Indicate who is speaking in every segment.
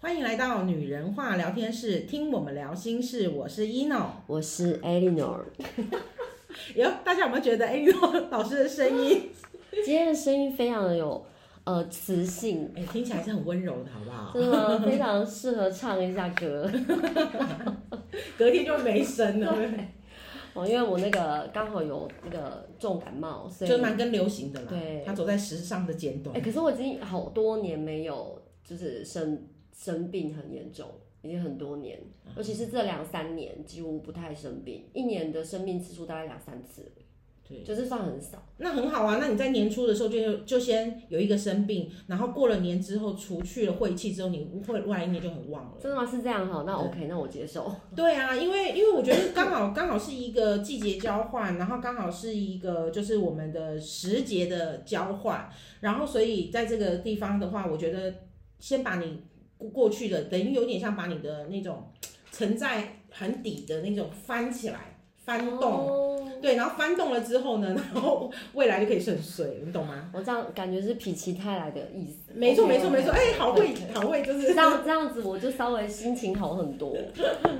Speaker 1: 欢迎来到女人话聊天室，听我们聊心事。我是 ino，
Speaker 2: 我是 Eleanor。
Speaker 1: 哟，大家有没有觉得 ino 老师的声 音，
Speaker 2: 今天的声音非常的有呃磁性，
Speaker 1: 哎，听起来是很温柔的，好不好？
Speaker 2: 真的非常适合唱一下歌。
Speaker 1: 隔天就没声了，
Speaker 2: 哦，因为我那个刚好有那个重感冒，所 以
Speaker 1: 就蛮跟流行的啦。
Speaker 2: 对
Speaker 1: 他走在时尚的尖端
Speaker 2: 哎、。可是我已经好多年没有就是生生病很严重，已经很多年，尤其是这两三年几乎不太生病，一年的生病次数大概两三次，
Speaker 1: 对，
Speaker 2: 就是算很少。
Speaker 1: 那很好啊。那你在年初的时候就就先有一个生病，然后过了年之后，除去了晦气之后，你会未来一年就很旺了。
Speaker 2: 真的吗？是这样哈，那 OK，那我接受。
Speaker 1: 对啊，因为因为我觉得刚好刚好是一个季节交换，然后刚好是一个就是我们的时节的交换，然后所以在这个地方的话，我觉得先把你过过去的，等于有点像把你的那种沉在很底的那种翻起来翻动，
Speaker 2: 哦
Speaker 1: 对，然后翻动了之后呢，然后未来就可以顺遂，你懂吗？
Speaker 2: 我这样感觉是否极泰来的意思。
Speaker 1: 没错
Speaker 2: OK，
Speaker 1: 没错
Speaker 2: OK，
Speaker 1: 没错，哎、好会好会，就是
Speaker 2: 这样这样子，我就稍微心情好很多。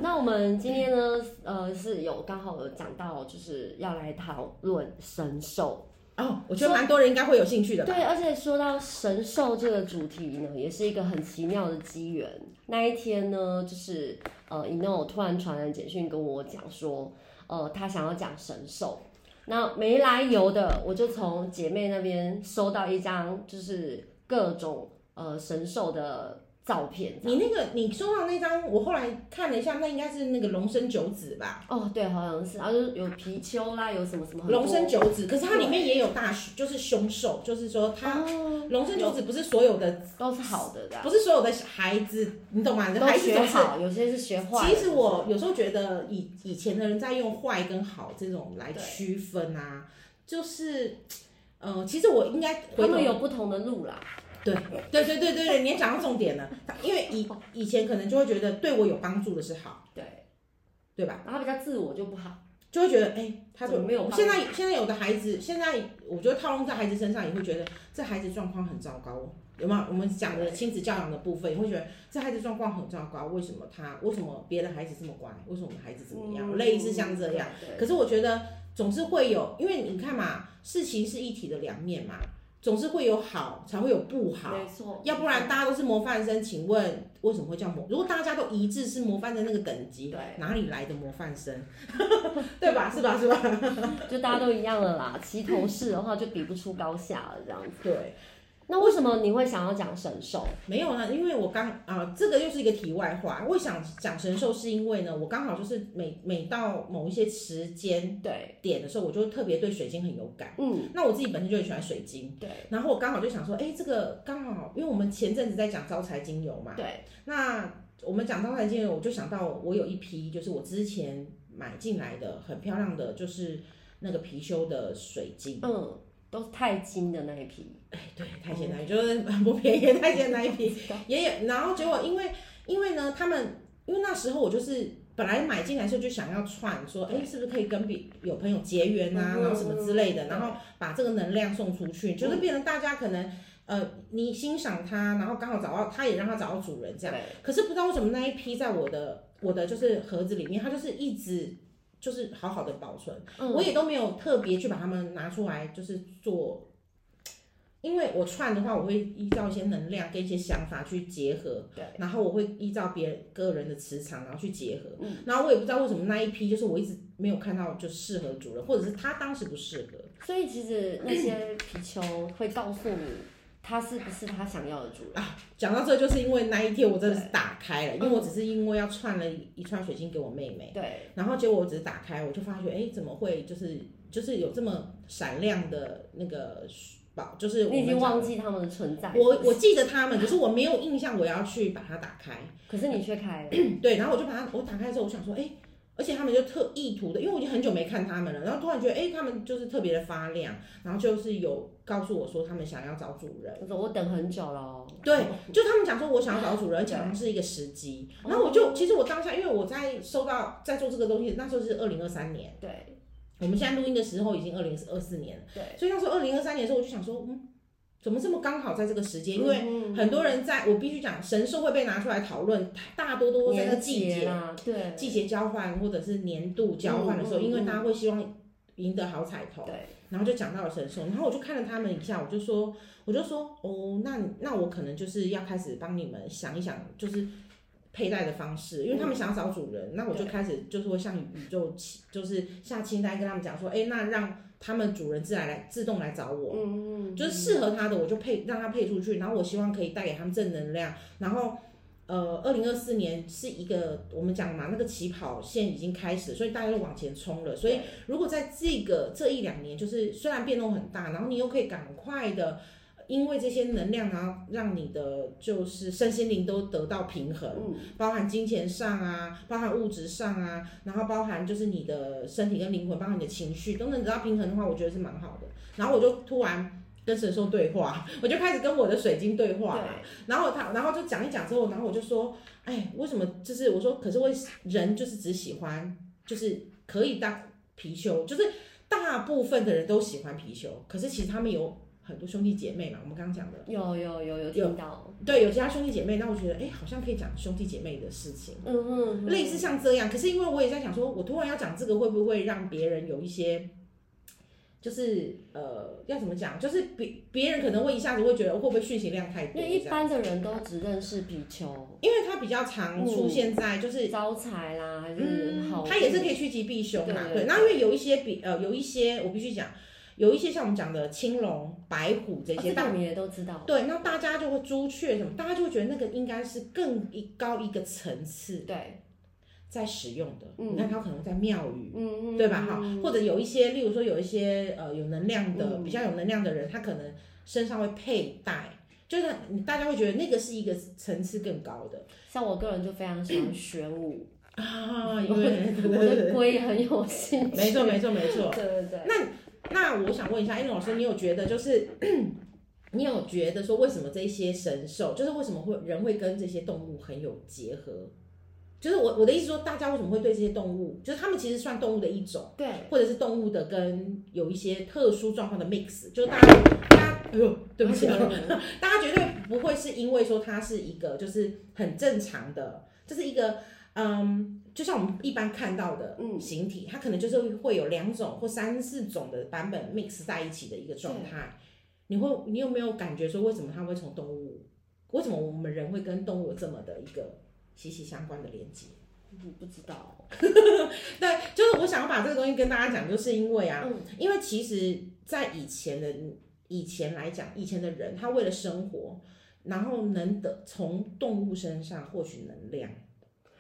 Speaker 2: 那我们今天呢，呃，是有刚好有讲到，就是要来讨论神兽。
Speaker 1: 哦，我觉得蛮多人应该会有兴趣的吧。
Speaker 2: 对，而且说到神兽这个主题呢，也是一个很奇妙的机缘。那一天呢，就是呃，一诺突然传来简讯跟我讲说，呃，他想要讲神兽。那没来由的，我就从姐妹那边收到一张，就是各种呃神兽的照片。这样
Speaker 1: 你那个你收到那张，我后来看了一下，那应该是那个龙生九子吧？
Speaker 2: 哦，对，好像是，然后就是有貔貅啦，有什么什么很多
Speaker 1: 龙生九子，可是它里面也有大凶，就是凶兽，就是说它
Speaker 2: 哦，
Speaker 1: 龙生九子不是所有的，
Speaker 2: 都是好的的，
Speaker 1: 不是所有的孩子，你懂吗？
Speaker 2: 都
Speaker 1: 孩子
Speaker 2: 学
Speaker 1: 总是。
Speaker 2: 好，有些是学坏的。
Speaker 1: 其实我有时候觉得以以前的人在用坏跟好这种来
Speaker 2: 对
Speaker 1: 区分啊，就是，呃，其实我应该
Speaker 2: 他
Speaker 1: 回头
Speaker 2: 们有不同的路啦，
Speaker 1: 对对对对对对，你也讲到重点了，因为以以前可能就会觉得对我有帮助的是好，
Speaker 2: 对，
Speaker 1: 对吧？
Speaker 2: 然后他比较自我就不好，
Speaker 1: 就会觉得，哎、他
Speaker 2: 怎么没有帮
Speaker 1: 现在现在有的孩子，现在我觉得套用在孩子身上，也会觉得这孩子状况很糟糕，有没有？我们讲的亲子教养的部分，你会觉得这孩子状况很糟糕，为什么他？为什么别的孩子这么乖？为什么我们孩子怎么样？
Speaker 2: 嗯
Speaker 1: 类似像这样。，
Speaker 2: 对，
Speaker 1: 可是我觉得总是会有，因为你看嘛，事情是一体的两面嘛，总是会有好，才会有不好。
Speaker 2: 没错，
Speaker 1: 要不然大家都是模范生，请问为什么会叫模？如果大家都一致是模范生那个等级，
Speaker 2: 对
Speaker 1: 哪里来的模范生？ 对吧？是吧？是吧？
Speaker 2: 就大家都一样了啦，齐头式的话就比不出高下了这样子。
Speaker 1: 对，
Speaker 2: 那为什么你会想要讲神兽？
Speaker 1: 没有呢，因为我刚啊、这个又是一个题外话。我想讲神兽，是因为呢，我刚好就是每每到某一些时间
Speaker 2: 对，
Speaker 1: 点的时候，我就特别对水晶很有感。
Speaker 2: 嗯，
Speaker 1: 那我自己本身就很喜欢水晶，
Speaker 2: 对，
Speaker 1: 然后我刚好就想说，哎，这个刚好，因为我们前阵子在讲招财精油嘛，
Speaker 2: 对，
Speaker 1: 那我们讲到财经，我就想到我有一批，就是我之前买进来的很漂亮的，就是那个貔貅的水晶。
Speaker 2: 嗯，都是钛金的那一批，
Speaker 1: 哎，对，太鲜奶就是很不便宜，太鲜奶一 批
Speaker 2: 不知道
Speaker 1: 也有。然后结果因为因为呢，他们因为那时候我就是本来买进来的时候就想要串，说哎，是不是可以跟比有朋友结缘啊，
Speaker 2: 嗯
Speaker 1: 然后什么之类的，
Speaker 2: 对
Speaker 1: 然后把这个能量送出去，就是变成大家可能。呃，你欣赏它，然后刚好找到，它也让它找到主人，这样。
Speaker 2: 对，
Speaker 1: 可是不知道为什么那一批在我的我的就是盒子里面，它就是一直就是好好的保存，
Speaker 2: 嗯
Speaker 1: 我也都没有特别去把它们拿出来，就是做。因为我串的话，我会依照一些能量跟一些想法去结合，
Speaker 2: 对，
Speaker 1: 然后我会依照别人个人的磁场，然后去结合。
Speaker 2: 嗯
Speaker 1: 然后我也不知道为什么那一批就是我一直没有看到就适合主人，或者是他当时不适合。
Speaker 2: 所以其实那些貔貅会告诉你，它是不是它想要的主人。
Speaker 1: 讲到这，就是因为那一天我真的是打开了，因为我只是因为要串了一一串水晶给我妹妹，
Speaker 2: 对，
Speaker 1: 然后结果我只是打开，我就发觉，哎，怎么会就是就是有这么闪亮的那个宝，就是我
Speaker 2: 你已经
Speaker 1: 们
Speaker 2: 忘记它们的存在。
Speaker 1: 我我记得他们，可是我没有印象，我要去把它打开。
Speaker 2: 可是你却开了，
Speaker 1: 对，然后我就把它我打开之后，我想说，哎，而且他们就特意图的，因为我已经很久没看他们了，然后突然觉得，哎，他们就是特别的发亮，然后就是有告诉我说他们想要找主人。
Speaker 2: 我说我等很久了哦。
Speaker 1: 对，就他们讲说，我想要找主人，而且好像是一个时机。然后我
Speaker 2: 哦
Speaker 1: 就，其实我当下，因为我在收到在做这个东西，那时候是二零二三年。
Speaker 2: 对
Speaker 1: 我们现在录音的时候已经二零二四年了，
Speaker 2: 对，
Speaker 1: 所以那时候二零二三年的时候，我就想说，嗯，怎么这么刚好在这个时间？因
Speaker 2: 嗯
Speaker 1: 为很多人在我必须讲，神兽会被拿出来讨论，大多都在那个
Speaker 2: 年
Speaker 1: 季节
Speaker 2: 节啦，对
Speaker 1: 季节交换或者是年度交换的时候，
Speaker 2: 嗯嗯
Speaker 1: 因为大家会希望赢得好彩头，
Speaker 2: 对，
Speaker 1: 然后就讲到了神兽，然后我就看了他们一下，我就说，我就说，哦，那那我可能就是要开始帮你们想一想，就是。佩戴的方式，因为他们想要找主人，那我就开始就是会向宇宙起，就是下清单跟他们讲说，哎、那让他们主人自然来自动来找我，
Speaker 2: 嗯嗯，
Speaker 1: 就是适合他的，我就配让他配出去，然后我希望可以带给他们正能量。然后，呃，二零二四年是一个我们讲嘛，那个起跑线已经开始，所以大家都往前冲了。所以
Speaker 2: 对
Speaker 1: 如果在这个这一两年，就是虽然变动很大，然后你又可以赶快的。因为这些能量，然后让你的就是身心灵都得到平衡，
Speaker 2: 嗯
Speaker 1: 包含金钱上啊，包含物质上啊，然后包含就是你的身体跟灵魂，包含你的情绪都能得到平衡的话，我觉得是蛮好的。然后我就突然跟神兽对话，我就开始跟我的水晶对话嘛。
Speaker 2: 对，
Speaker 1: 然后他，然后就讲一讲之后，然后我就说，哎，为什么就是我说，可是为人就是只喜欢就是可以当貔貅，就是大部分的人都喜欢貔貅，可是其实他们有很多兄弟姐妹嘛，我们刚刚讲的。
Speaker 2: 有有有有听到，
Speaker 1: 对，有其他兄弟姐妹，那我觉得，哎，好像哎可以讲兄弟姐妹的事情。
Speaker 2: 嗯嗯，
Speaker 1: 类似像这样。可是因为我也在想说，我突然要讲这个，会不会让别人有一些，就是呃，要怎么讲？就是别别人可能会一下子会觉得哦会不会讯息量太多
Speaker 2: 因为
Speaker 1: 这
Speaker 2: 一
Speaker 1: 样？
Speaker 2: 般的人都只认识比丘，
Speaker 1: 因为它比较常出现在就是。
Speaker 2: 招财啦，还是
Speaker 1: 嗯
Speaker 2: 好，运，啊
Speaker 1: 它也是可以趋吉避凶嘛，
Speaker 2: 对
Speaker 1: 对。那因为有一些比呃，有一些我必须讲，有一些像我们讲的青龙、白虎这
Speaker 2: 哦
Speaker 1: 些，
Speaker 2: 个
Speaker 1: 大
Speaker 2: 我们也都知道，
Speaker 1: 对，那大家就会朱雀什么，大家就会觉得那个应该是更一高一个层次
Speaker 2: 对，
Speaker 1: 在使用的。
Speaker 2: 嗯
Speaker 1: 你看它可能在庙宇，
Speaker 2: 嗯嗯，
Speaker 1: 对吧？哈
Speaker 2: 嗯，
Speaker 1: 或者有一些，例如说有一些呃有能量的、
Speaker 2: 嗯
Speaker 1: 比较有能量的人，他可能身上会佩戴，就是你大家会觉得那个是一个层次更高的
Speaker 2: 像我个人就非常喜欢玄武，
Speaker 1: 啊，因为对
Speaker 2: 我
Speaker 1: 对对
Speaker 2: 对龟也很有兴
Speaker 1: 对，
Speaker 2: 趣，
Speaker 1: 没错没错没错。
Speaker 2: 对对对，
Speaker 1: 那我想问一下，艾伦老师，你有觉得就是 你有觉得说为什么这些神兽，就是为什么会人会跟这些动物很有结合？就是我我的意思说，大家为什么会对这些动物，就是他们其实算动物的一种。
Speaker 2: 对，
Speaker 1: 或者是动物的跟有一些特殊状况的 mix，就是大家大家哎呦，对不起啊，大家绝对不会是因为说它是一个就是很正常的，这是一个嗯，就像我们一般看到的
Speaker 2: 嗯
Speaker 1: 形体，它可能就是会有两种或三四种的版本 mix 在一起的一个状态。你会你有没有感觉说为什么它会从动物，为什么我们人会跟动物有这么的一个息息相关的连接？
Speaker 2: 嗯不知道，
Speaker 1: 对，就是我想要把这个东西跟大家讲，就是因为啊，
Speaker 2: 嗯
Speaker 1: 因为其实，在以前的以前来讲，以前的人他为了生活，然后能得从动物身上获取能量。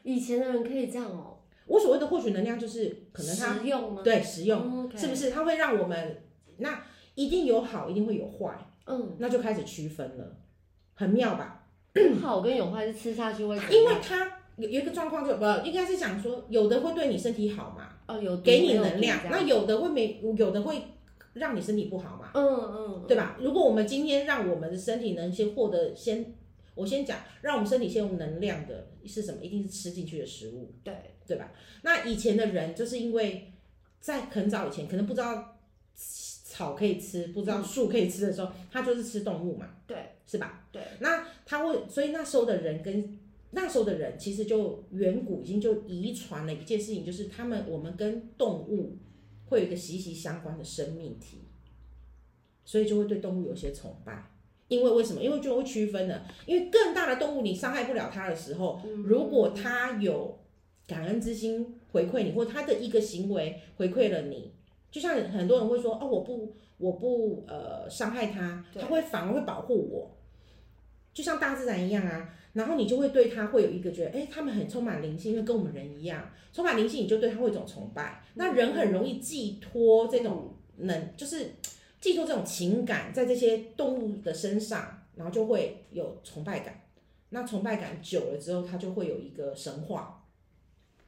Speaker 2: 以前的人可以这样哦，
Speaker 1: 我所谓的获取能量，就是可能他
Speaker 2: 实用吗？嗯
Speaker 1: 对实用，
Speaker 2: 用
Speaker 1: 是不
Speaker 2: 是？
Speaker 1: 是？它会让我们那一定有好，一定会有坏，
Speaker 2: 嗯，
Speaker 1: 那就开始区分了，很妙吧？
Speaker 2: 好跟有坏是吃下去会怎样，
Speaker 1: 因为它有有一个状况就不应该是讲说，有的会对你身体好嘛，
Speaker 2: 哦有毒
Speaker 1: 给
Speaker 2: 没
Speaker 1: 你
Speaker 2: 有毒
Speaker 1: 能量，
Speaker 2: 这
Speaker 1: 那
Speaker 2: 样
Speaker 1: 有的会没，有的会让你身体不好嘛。
Speaker 2: 嗯嗯
Speaker 1: 对吧？如果我们今天让我们的身体能先获得先，我先讲，让我们身体先有能量的是什么？一定是吃进去的食物，
Speaker 2: 对，
Speaker 1: 对吧？那以前的人就是因为在很早以前，可能不知道草可以吃，不知道树可以吃的时候，他就是吃动物嘛，
Speaker 2: 对，
Speaker 1: 是吧？
Speaker 2: 对。
Speaker 1: 那他会，所以那时候的人跟那时候的人，其实就远古已经就遗传了一件事情，就是他们我们跟动物会有一个息息相关的生命体，所以就会对动物有些崇拜。因为为什么？因为就会区分了。因为更大的动物你伤害不了它的时候，如果它有感恩之心回馈你，或它的一个行为回馈了你，就像很多人会说哦，我不我不呃伤害它，
Speaker 2: 对
Speaker 1: 它会反而会保护我，就像大自然一样啊。然后你就会对它会有一个觉得，哎，他们很充满灵性，因为跟我们人一样，充满灵性，你就对它会有一种崇拜。那人很容易寄托这种能，就是寄托这种情感在这些动物的身上，然后就会有崇拜感。那崇拜感久了之后，它就会有一个神话，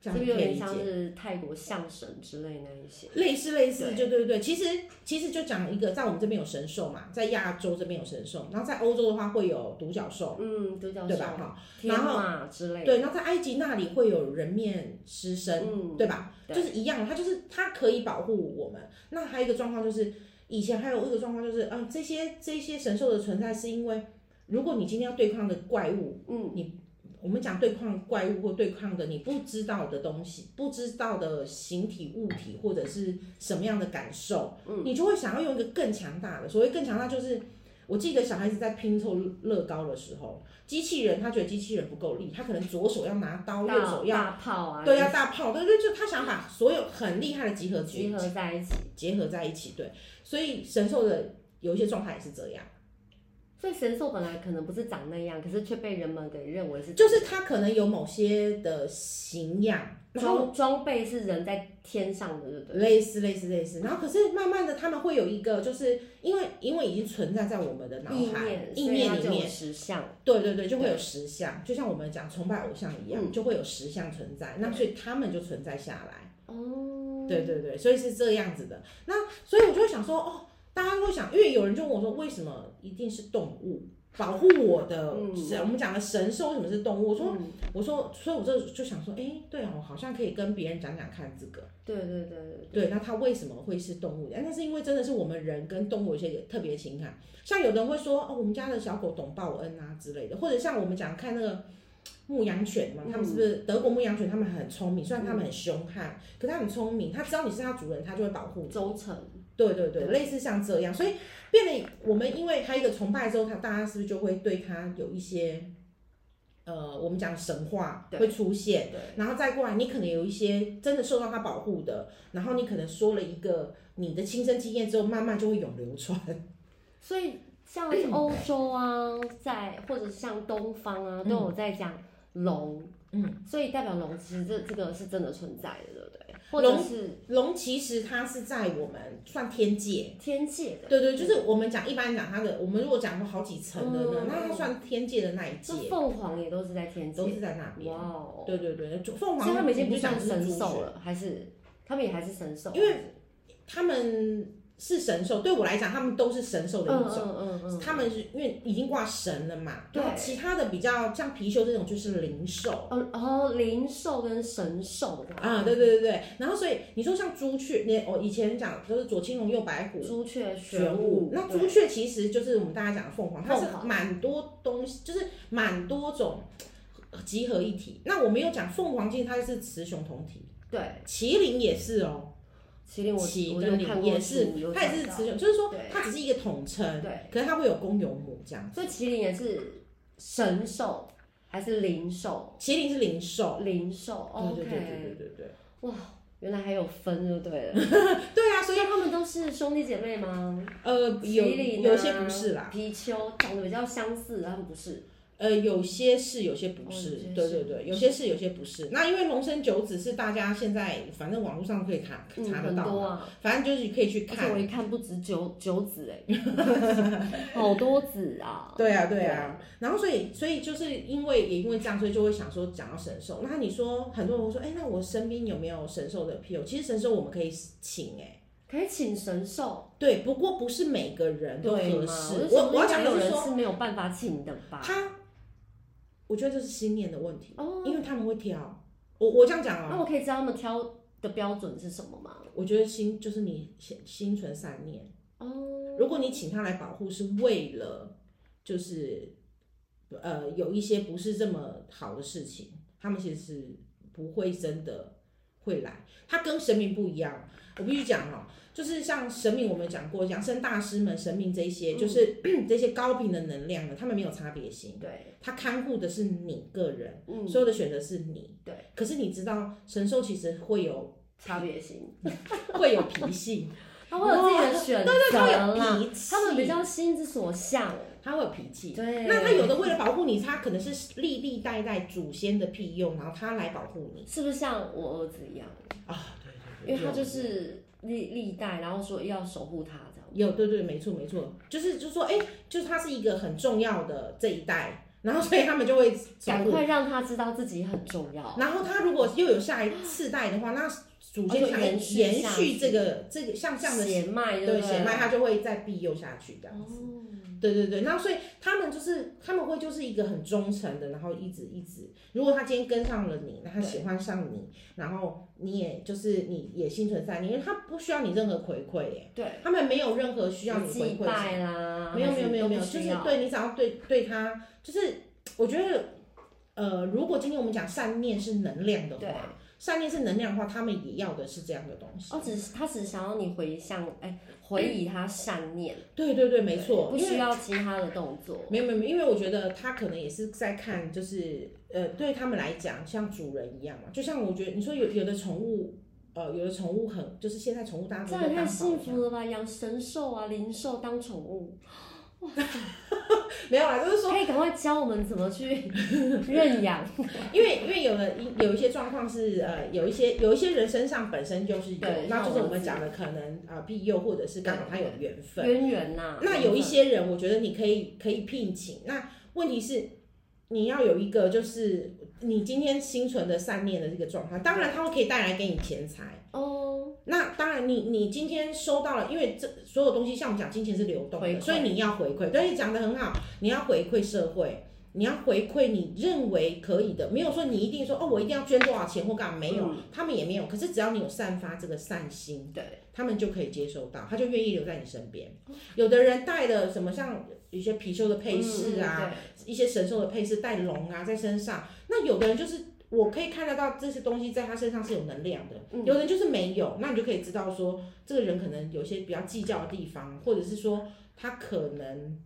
Speaker 1: 这
Speaker 2: 这
Speaker 1: 样
Speaker 2: 个
Speaker 1: 可以
Speaker 2: 有点
Speaker 1: 理解
Speaker 2: 像。是泰国象神之类那一些，
Speaker 1: 类似类似，
Speaker 2: 对
Speaker 1: 就对对对，其实其实就讲一个，在我们这边有神兽嘛，在亚洲这边有神兽，然后在欧洲的话会有独角兽，
Speaker 2: 嗯，独角
Speaker 1: 对吧？
Speaker 2: 兽、
Speaker 1: 哈，
Speaker 2: 天
Speaker 1: 然后
Speaker 2: 马之类的，
Speaker 1: 对，然后在埃及那里会有人面狮身，
Speaker 2: 嗯，
Speaker 1: 对吧？
Speaker 2: 对
Speaker 1: 就是一样，它就是它可以保护我们。那还有一个状况就是，以前还有一个状况就是，啊、这些这些神兽的存在是因为，如果你今天要对抗的怪物，
Speaker 2: 嗯，
Speaker 1: 我们讲对抗怪物或对抗的你不知道的东西、不知道的形体、物体或者是什么样的感受，
Speaker 2: 嗯
Speaker 1: 你就会想要用一个更强大的。所谓更强大，就是我记得小孩子在拼凑乐高的时候，机器人他觉得机器人不够力，他可能左手要拿刀，右手要
Speaker 2: 大炮啊，
Speaker 1: 对要大炮，对对，就他想把所有很厉害的集合
Speaker 2: 集
Speaker 1: 局
Speaker 2: 合在一起。
Speaker 1: 结合在一起。对，所以神兽的有一些状态也是这样，
Speaker 2: 所以神兽本来可能不是长那样，可是却被人们给认为是
Speaker 1: 就是他可能有某些的形样，然后
Speaker 2: 装装备是人在天上的，对不对？
Speaker 1: 类似类似类似，然后可是慢慢的他们会有一个，就是因为因为已经存在在我们的脑
Speaker 2: 意
Speaker 1: 海
Speaker 2: 念，
Speaker 1: 意
Speaker 2: 所以它
Speaker 1: 念里
Speaker 2: 就有
Speaker 1: 面，
Speaker 2: 实相，
Speaker 1: 对对对，就会有实相，就像我们讲崇拜偶像一样，
Speaker 2: 嗯
Speaker 1: 就会有实相存在，那所以他们就存在下来，
Speaker 2: 哦，
Speaker 1: 对对对，所以是这样子的。那所以我就会想说，哦，大家会想，因为有人就问我说，为什么一定是动物保护我的
Speaker 2: 嗯
Speaker 1: 神？我们讲的神兽为什么是动物？我说，
Speaker 2: 嗯
Speaker 1: 我说，所以我就就想说，哎，对哦，我好像可以跟别人讲讲看这个。
Speaker 2: 对对对对
Speaker 1: 对，那它为什么会是动物？哎，那是因为真的是我们人跟动物有一些特别情感，像有的人会说哦，我们家的小狗懂报恩啊之类的，或者像我们讲看那个牧羊犬嘛，他们是不是德国牧羊犬？他们很聪明，虽然他们很凶悍，可它很聪明，它知道你是它主人，它就会保护你。
Speaker 2: 对，忠诚，
Speaker 1: 对对对，
Speaker 2: 对
Speaker 1: 类似像这样，所以变得我们因为它一个崇拜之后，它大家是不是就会对它有一些呃，我们讲神话
Speaker 2: 对
Speaker 1: 会出现。
Speaker 2: 对，
Speaker 1: 然后再过来，你可能有一些真的受到他保护的，然后你可能说了一个你的亲身经验之后，慢慢就会永流传。
Speaker 2: 所以像是欧洲啊，在或者是像东方啊，
Speaker 1: 嗯
Speaker 2: 都有在讲龙，嗯，所以代表龙其实这这个是真的存在的，对不对？或者
Speaker 1: 龙
Speaker 2: 是
Speaker 1: 龙其实它是在我们算天界，
Speaker 2: 天界的，
Speaker 1: 对对，就是我们讲一般讲它的，我们如果讲过好几层的呢
Speaker 2: 嗯，
Speaker 1: 那它算天界的那一
Speaker 2: 这
Speaker 1: 界，
Speaker 2: 凤凰也都是在天界
Speaker 1: 都，是在那边
Speaker 2: 哇。哦，
Speaker 1: 对对对，就凤凰，
Speaker 2: 所以他们已经不
Speaker 1: 我讲
Speaker 2: 算
Speaker 1: 的是猪
Speaker 2: 神兽
Speaker 1: 血，
Speaker 2: 了，还是他们也还是神兽，
Speaker 1: 因为他们是神兽，对我来讲，他们都是神兽的一
Speaker 2: 嗯
Speaker 1: 种。
Speaker 2: 嗯嗯嗯，
Speaker 1: 他们是因为已经挂神了嘛，
Speaker 2: 对
Speaker 1: 然后其他的比较像貔貅这种就是灵兽。
Speaker 2: 哦哦，灵兽跟神兽这样
Speaker 1: 啊，对对对对，然后所以你说像朱雀，你我以前讲就是左青龙右白虎，
Speaker 2: 朱雀、
Speaker 1: 玄
Speaker 2: 玄
Speaker 1: 武
Speaker 2: 武，，
Speaker 1: 那
Speaker 2: 对
Speaker 1: 朱雀其实就是我们大家讲的凤凰，它是
Speaker 2: 凤凰
Speaker 1: 蛮多东西，就是蛮多种呃集合一体。那我们又讲凤凰，其实它是雌雄同体，
Speaker 2: 对
Speaker 1: 麒麟也是哦，
Speaker 2: 麒麟我，
Speaker 1: 麒
Speaker 2: 我
Speaker 1: 跟
Speaker 2: 有看
Speaker 1: 麟
Speaker 2: 过
Speaker 1: 也
Speaker 2: 书
Speaker 1: 是，
Speaker 2: 有
Speaker 1: 它也
Speaker 2: 讲
Speaker 1: 是
Speaker 2: 到
Speaker 1: 雌雄，就是说
Speaker 2: 对
Speaker 1: 它只是一个统称，
Speaker 2: 对，
Speaker 1: 可是它会有公有母这样。
Speaker 2: 所以麒麟也是神兽还是灵兽？
Speaker 1: 麒麟是灵兽，
Speaker 2: 灵兽
Speaker 1: 对对对对对
Speaker 2: ，OK，
Speaker 1: 对对。
Speaker 2: 哇，原来还有分就对了，
Speaker 1: 对啊，所
Speaker 2: 所
Speaker 1: 以
Speaker 2: 以他们都是兄弟姐妹吗？
Speaker 1: 呃有
Speaker 2: 麒麟啊
Speaker 1: 有些不是啦，
Speaker 2: 貔貅长得比较相似，他们不是，
Speaker 1: 呃有些是有些不是，
Speaker 2: 哦有些
Speaker 1: 对对
Speaker 2: 是
Speaker 1: 对，有些是有些不是。那因为龙生九子是大家现在反正网络上可以查
Speaker 2: 嗯，
Speaker 1: 查得
Speaker 2: 很
Speaker 1: 到
Speaker 2: 多
Speaker 1: 嘛，
Speaker 2: 啊。
Speaker 1: 反正就是可以去
Speaker 2: 而且我
Speaker 1: 看。
Speaker 2: 一看不止九九子哎， 好多子啊！
Speaker 1: 对啊，对啊，然后所以所以就是因为也因为这样，所以就会想说讲到神兽。那你说很多人会说，哎，那我身边有没有神兽的朋友？其实神兽我们可以请哎、
Speaker 2: 可以请神兽，
Speaker 1: 对，不过不是每个人都
Speaker 2: 对
Speaker 1: 合
Speaker 2: 吗？
Speaker 1: 适。我
Speaker 2: 就想说
Speaker 1: 我要讲
Speaker 2: 应该
Speaker 1: 的
Speaker 2: 有
Speaker 1: 是
Speaker 2: 人
Speaker 1: 说，
Speaker 2: 是没啊有办法请的吧？
Speaker 1: 他，我觉得这是心念的问题。
Speaker 2: 哦，
Speaker 1: 因为他们会挑。我我这样讲
Speaker 2: 那
Speaker 1: 啊，
Speaker 2: 我可以知道他们挑的标准是什么吗？
Speaker 1: 我觉得心就是你心心存善念。
Speaker 2: 哦，
Speaker 1: 如果你请他来保护，是为了就是呃有一些不是这么好的事情，他们其实是不会真的会来。他跟神明不一样，我必须讲哦，就是像神明我们讲过，养生大师们、神明这
Speaker 2: 嗯
Speaker 1: 些，就是 这些高频的能量呢，他们没有差别心，
Speaker 2: 对，
Speaker 1: 他看护的是你个人。
Speaker 2: 嗯，
Speaker 1: 所有的选择是你。
Speaker 2: 对，
Speaker 1: 可是你知道神兽其实会有
Speaker 2: 差别性，
Speaker 1: 会有脾 性，
Speaker 2: 他会有自己的选择
Speaker 1: 它会有
Speaker 2: 啦，
Speaker 1: 脾气，
Speaker 2: 他们比较心之所向，
Speaker 1: 它会有脾气。
Speaker 2: 对，
Speaker 1: 那他有的为了保护你，他可能是历历代代祖先的庇佑，然后他来保护你
Speaker 2: 是不是像我儿子一样？
Speaker 1: 啊，对
Speaker 2: 因为他就是历历代，然后说要守护他这样。
Speaker 1: 有对对，没错没错，就是就说哎、就是他是一个很重要的这一代，然后所以他们就会守
Speaker 2: 赶
Speaker 1: 护。
Speaker 2: 快让他知道自己很重要，
Speaker 1: 然后他如果又有下一次代的话，那祖先想
Speaker 2: 哦延续
Speaker 1: 延
Speaker 2: 下
Speaker 1: 续
Speaker 2: 去
Speaker 1: 这个这个像这样的
Speaker 2: 血脉，
Speaker 1: 对
Speaker 2: 不
Speaker 1: 血脉，它就会再庇佑下去这样子。
Speaker 2: 哦，
Speaker 1: 对对对，那所以他们就是他们会就是一个很忠诚的，然后一直一直，如果他今天跟上了你，那他
Speaker 2: 对
Speaker 1: 喜欢上你，然后你也就是你也心存善念，因为他不需要你任何回馈耶，
Speaker 2: 对，
Speaker 1: 他们没有任
Speaker 2: 哦
Speaker 1: 何需要你回
Speaker 2: 祭
Speaker 1: 馈什么
Speaker 2: 拜啦，
Speaker 1: 没有
Speaker 2: 啊
Speaker 1: 没
Speaker 2: 还
Speaker 1: 有没有
Speaker 2: 都
Speaker 1: 没
Speaker 2: 不
Speaker 1: 有，
Speaker 2: 需
Speaker 1: 就是
Speaker 2: 要
Speaker 1: 对你只要对对他，就是我觉得，呃，如果今天我们讲善念是能量的
Speaker 2: 对
Speaker 1: 话，善念是能量的话，他们也要的是这样的东西。
Speaker 2: 哦，只是他只想要你回向，哎，回以他善念，
Speaker 1: 对对对，没
Speaker 2: 对
Speaker 1: 错，
Speaker 2: 不
Speaker 1: 因为
Speaker 2: 需要其他的动作。
Speaker 1: 没有没有，没有因为我觉得他可能也是在看，就是呃，对他们来讲，像主人一样嘛，就像我觉得你说有有的宠物，呃，有的宠物很，就是现在宠物大家
Speaker 2: 这
Speaker 1: 都
Speaker 2: 样也
Speaker 1: 会
Speaker 2: 太
Speaker 1: 当
Speaker 2: 幸
Speaker 1: 宝
Speaker 2: 福了吧！养神兽啊、灵兽当宠物，
Speaker 1: 没有啦，就是说，
Speaker 2: 可以赶快教我们怎么去 认养。
Speaker 1: 因为因为有的有一些状况是呃，有一些有一些人身上本身就是有
Speaker 2: 对，
Speaker 1: 那
Speaker 2: 像
Speaker 1: 就是
Speaker 2: 我
Speaker 1: 我们
Speaker 2: 自己
Speaker 1: 讲的可能呃庇佑，或者是刚好他有缘分。
Speaker 2: 渊源呐、
Speaker 1: 那有一些人，我觉得你可以可以聘请。那问题是，你要有一个就是你今天心存的善念的这个状态，当然它会可以带来给你钱财。
Speaker 2: 哦，
Speaker 1: 那当然你，你今天收到了，因为这所有东西，像我们讲，金钱是流动
Speaker 2: 回
Speaker 1: 的，
Speaker 2: 馈
Speaker 1: 所以你要回馈。对，你讲的很好，你要回馈社会，你要回馈你认为可以的，没有说你一定说哦，我一定要捐多少钱或干嘛，没有，
Speaker 2: 嗯
Speaker 1: 他们也没有。可是只要你有散发这个善心，
Speaker 2: 对，哦
Speaker 1: 他们就可以接收到，他就愿意留在你身边。有的人戴的什么像有些貔貅的配饰啊，
Speaker 2: 嗯，
Speaker 1: 一些神兽的配饰戴龙啊在身上，那有的人就是我可以看得到这些东西在他身上是有能量的，
Speaker 2: 嗯
Speaker 1: 有的人就是没有，那你就可以知道说这个人可能有些比较计较的地方，或者是说他可能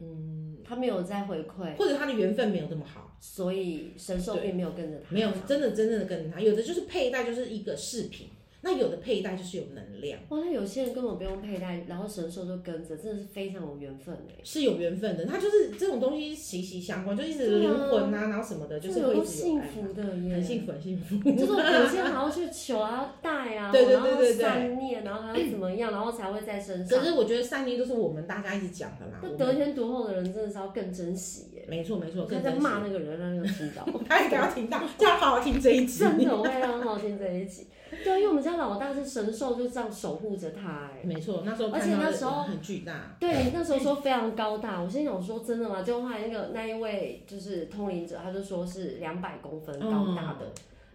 Speaker 1: 嗯，
Speaker 2: 对他没有再回馈，
Speaker 1: 或者他的缘分没有这么好。
Speaker 2: 所以神兽
Speaker 1: 对
Speaker 2: 并没有跟着他。
Speaker 1: 没有，真的真正的跟着他，有的就是佩戴就是一个饰品，那有的佩戴就是有能量。
Speaker 2: 哇，那有些人根本不用佩戴，然后神兽就跟着，真的是非常有缘分哎、
Speaker 1: 是有缘分的，它就是这种东西息息相关，就一直灵魂啊，然后什么的，就是
Speaker 2: 这有
Speaker 1: 会一
Speaker 2: 多
Speaker 1: 直有
Speaker 2: 幸
Speaker 1: 爱
Speaker 2: 福的
Speaker 1: 嘛，
Speaker 2: 耶！
Speaker 1: 很幸福，很幸福。
Speaker 2: 就是 我有些人还要去求啊，还要戴啊，
Speaker 1: 对对
Speaker 2: 然后
Speaker 1: 对对对
Speaker 2: 善念，然后还要怎么样，然后才会在身上
Speaker 1: 可。是我觉得善念就是我们大家一直讲的啦，
Speaker 2: 那
Speaker 1: 我
Speaker 2: 得
Speaker 1: 们
Speaker 2: 天独厚的人真的是要更珍惜耶！
Speaker 1: 没错没错，
Speaker 2: 我刚
Speaker 1: 更
Speaker 2: 才在
Speaker 1: 珍惜
Speaker 2: 骂那个人，让那个听到。
Speaker 1: 他也不要听到，叫他好好听这一集。
Speaker 2: 真的，我会让浩天在一起。对啊，因为我们家老大是神兽，就这样守护着他、哎，
Speaker 1: 没错，那时候
Speaker 2: 而且
Speaker 1: 看到
Speaker 2: 那时候
Speaker 1: 很巨大，
Speaker 2: 对你那时候说非常高大，我心想说真的吗？结果后来那个那一位就是通灵者，他就说是两百公分高大
Speaker 1: 嗯
Speaker 2: 的。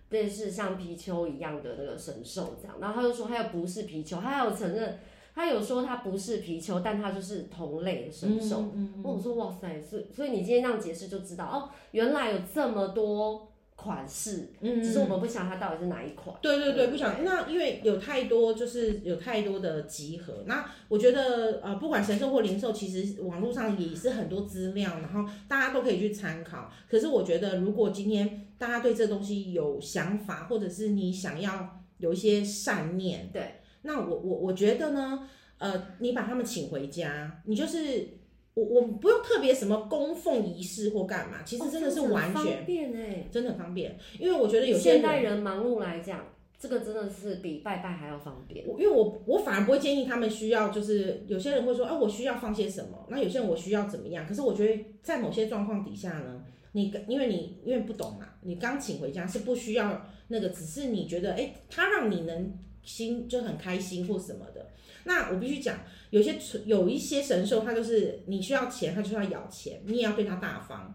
Speaker 2: 类似像貔貅一样的那个神兽这样，然后他就说他又不是貔貅，他还有承认，他有说他不是貔貅，但他就是同类的神兽。
Speaker 1: 嗯，嗯嗯
Speaker 2: 我说哇塞，所以所以你今天这样解释就知道哦，原来有这么多款式，
Speaker 1: 嗯，
Speaker 2: 只是我们不晓得它到底是哪一款。
Speaker 1: 对对对，
Speaker 2: 嗯
Speaker 1: 不想那因为有太多就是有太多的集合。那我觉得呃，不管神兽或零售，其实网络上也是很多资料，然后大家都可以去参考。可是我觉得，如果今天大家对这东西有想法，或者是你想要有一些善念，
Speaker 2: 对，
Speaker 1: 那我我我觉得呢，呃，你把他们请回家，你就是。我我不用特别什么供奉仪式或干嘛，其实真的是完
Speaker 2: 哦这样子很
Speaker 1: 全、
Speaker 2: 方便哎。
Speaker 1: 真的很方便，因为我觉得有些
Speaker 2: 现
Speaker 1: 人
Speaker 2: 代人忙碌来讲，这个真的是比拜拜还要方便。
Speaker 1: 我因为我我反而不会建议他们需要，就是有些人会说，哎、我需要放些什么，那有些人我需要怎么样。可是我觉得在某些状况底下呢，你因为你因为不懂嘛，你刚请回家是不需要那个，只是你觉得，哎、他让你能心就很开心或什么的。那我必须讲，有些有一些神兽，它就是你需要钱，它就要咬钱，你也要对它大方。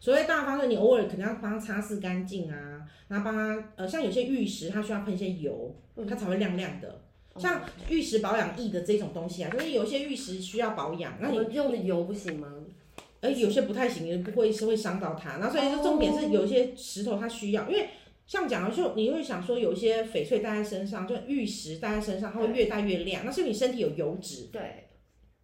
Speaker 1: 所谓大方的，你偶尔可能要帮它擦拭干净啊，然后帮它呃，像有些玉石，它需要喷一些油，它才会亮亮的。
Speaker 2: 哦
Speaker 1: 像玉石保养液的这种东西啊，就是有一些玉石需要保养，
Speaker 2: 我
Speaker 1: 那你
Speaker 2: 们用的油不行吗？
Speaker 1: 而有些不太行，也不会是会伤到它。那所以就重点是有些石头它需要，因为像讲的就你会想说，有一些翡翠戴在身上，就玉石戴在身上，它会越戴越亮，那是因为你身体有油脂。
Speaker 2: 对，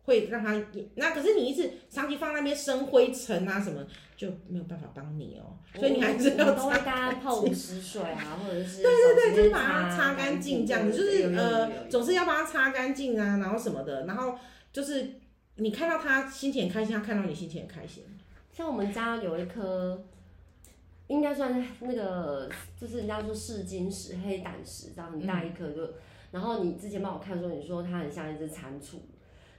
Speaker 1: 会让它那可是你一直长期放那边生灰尘啊什么，就没有办法帮你哦、所以你还是
Speaker 2: 我
Speaker 1: 要
Speaker 2: 都会
Speaker 1: 擦
Speaker 2: 大家泡五十水 啊，或者是
Speaker 1: 对对对，就
Speaker 2: 手直
Speaker 1: 是
Speaker 2: 接
Speaker 1: 把它擦干净这样子，就是呃，总是要把它擦干净啊，然后什么的，然后就是你看到它心情很开心，它看到你心情很开心。
Speaker 2: 像我们家有一颗，应该算是那个，就是人家说试金石、黑嗯胆石这样很大一颗，就、然后你之前帮我看说，你说它很像一只蟾蜍，然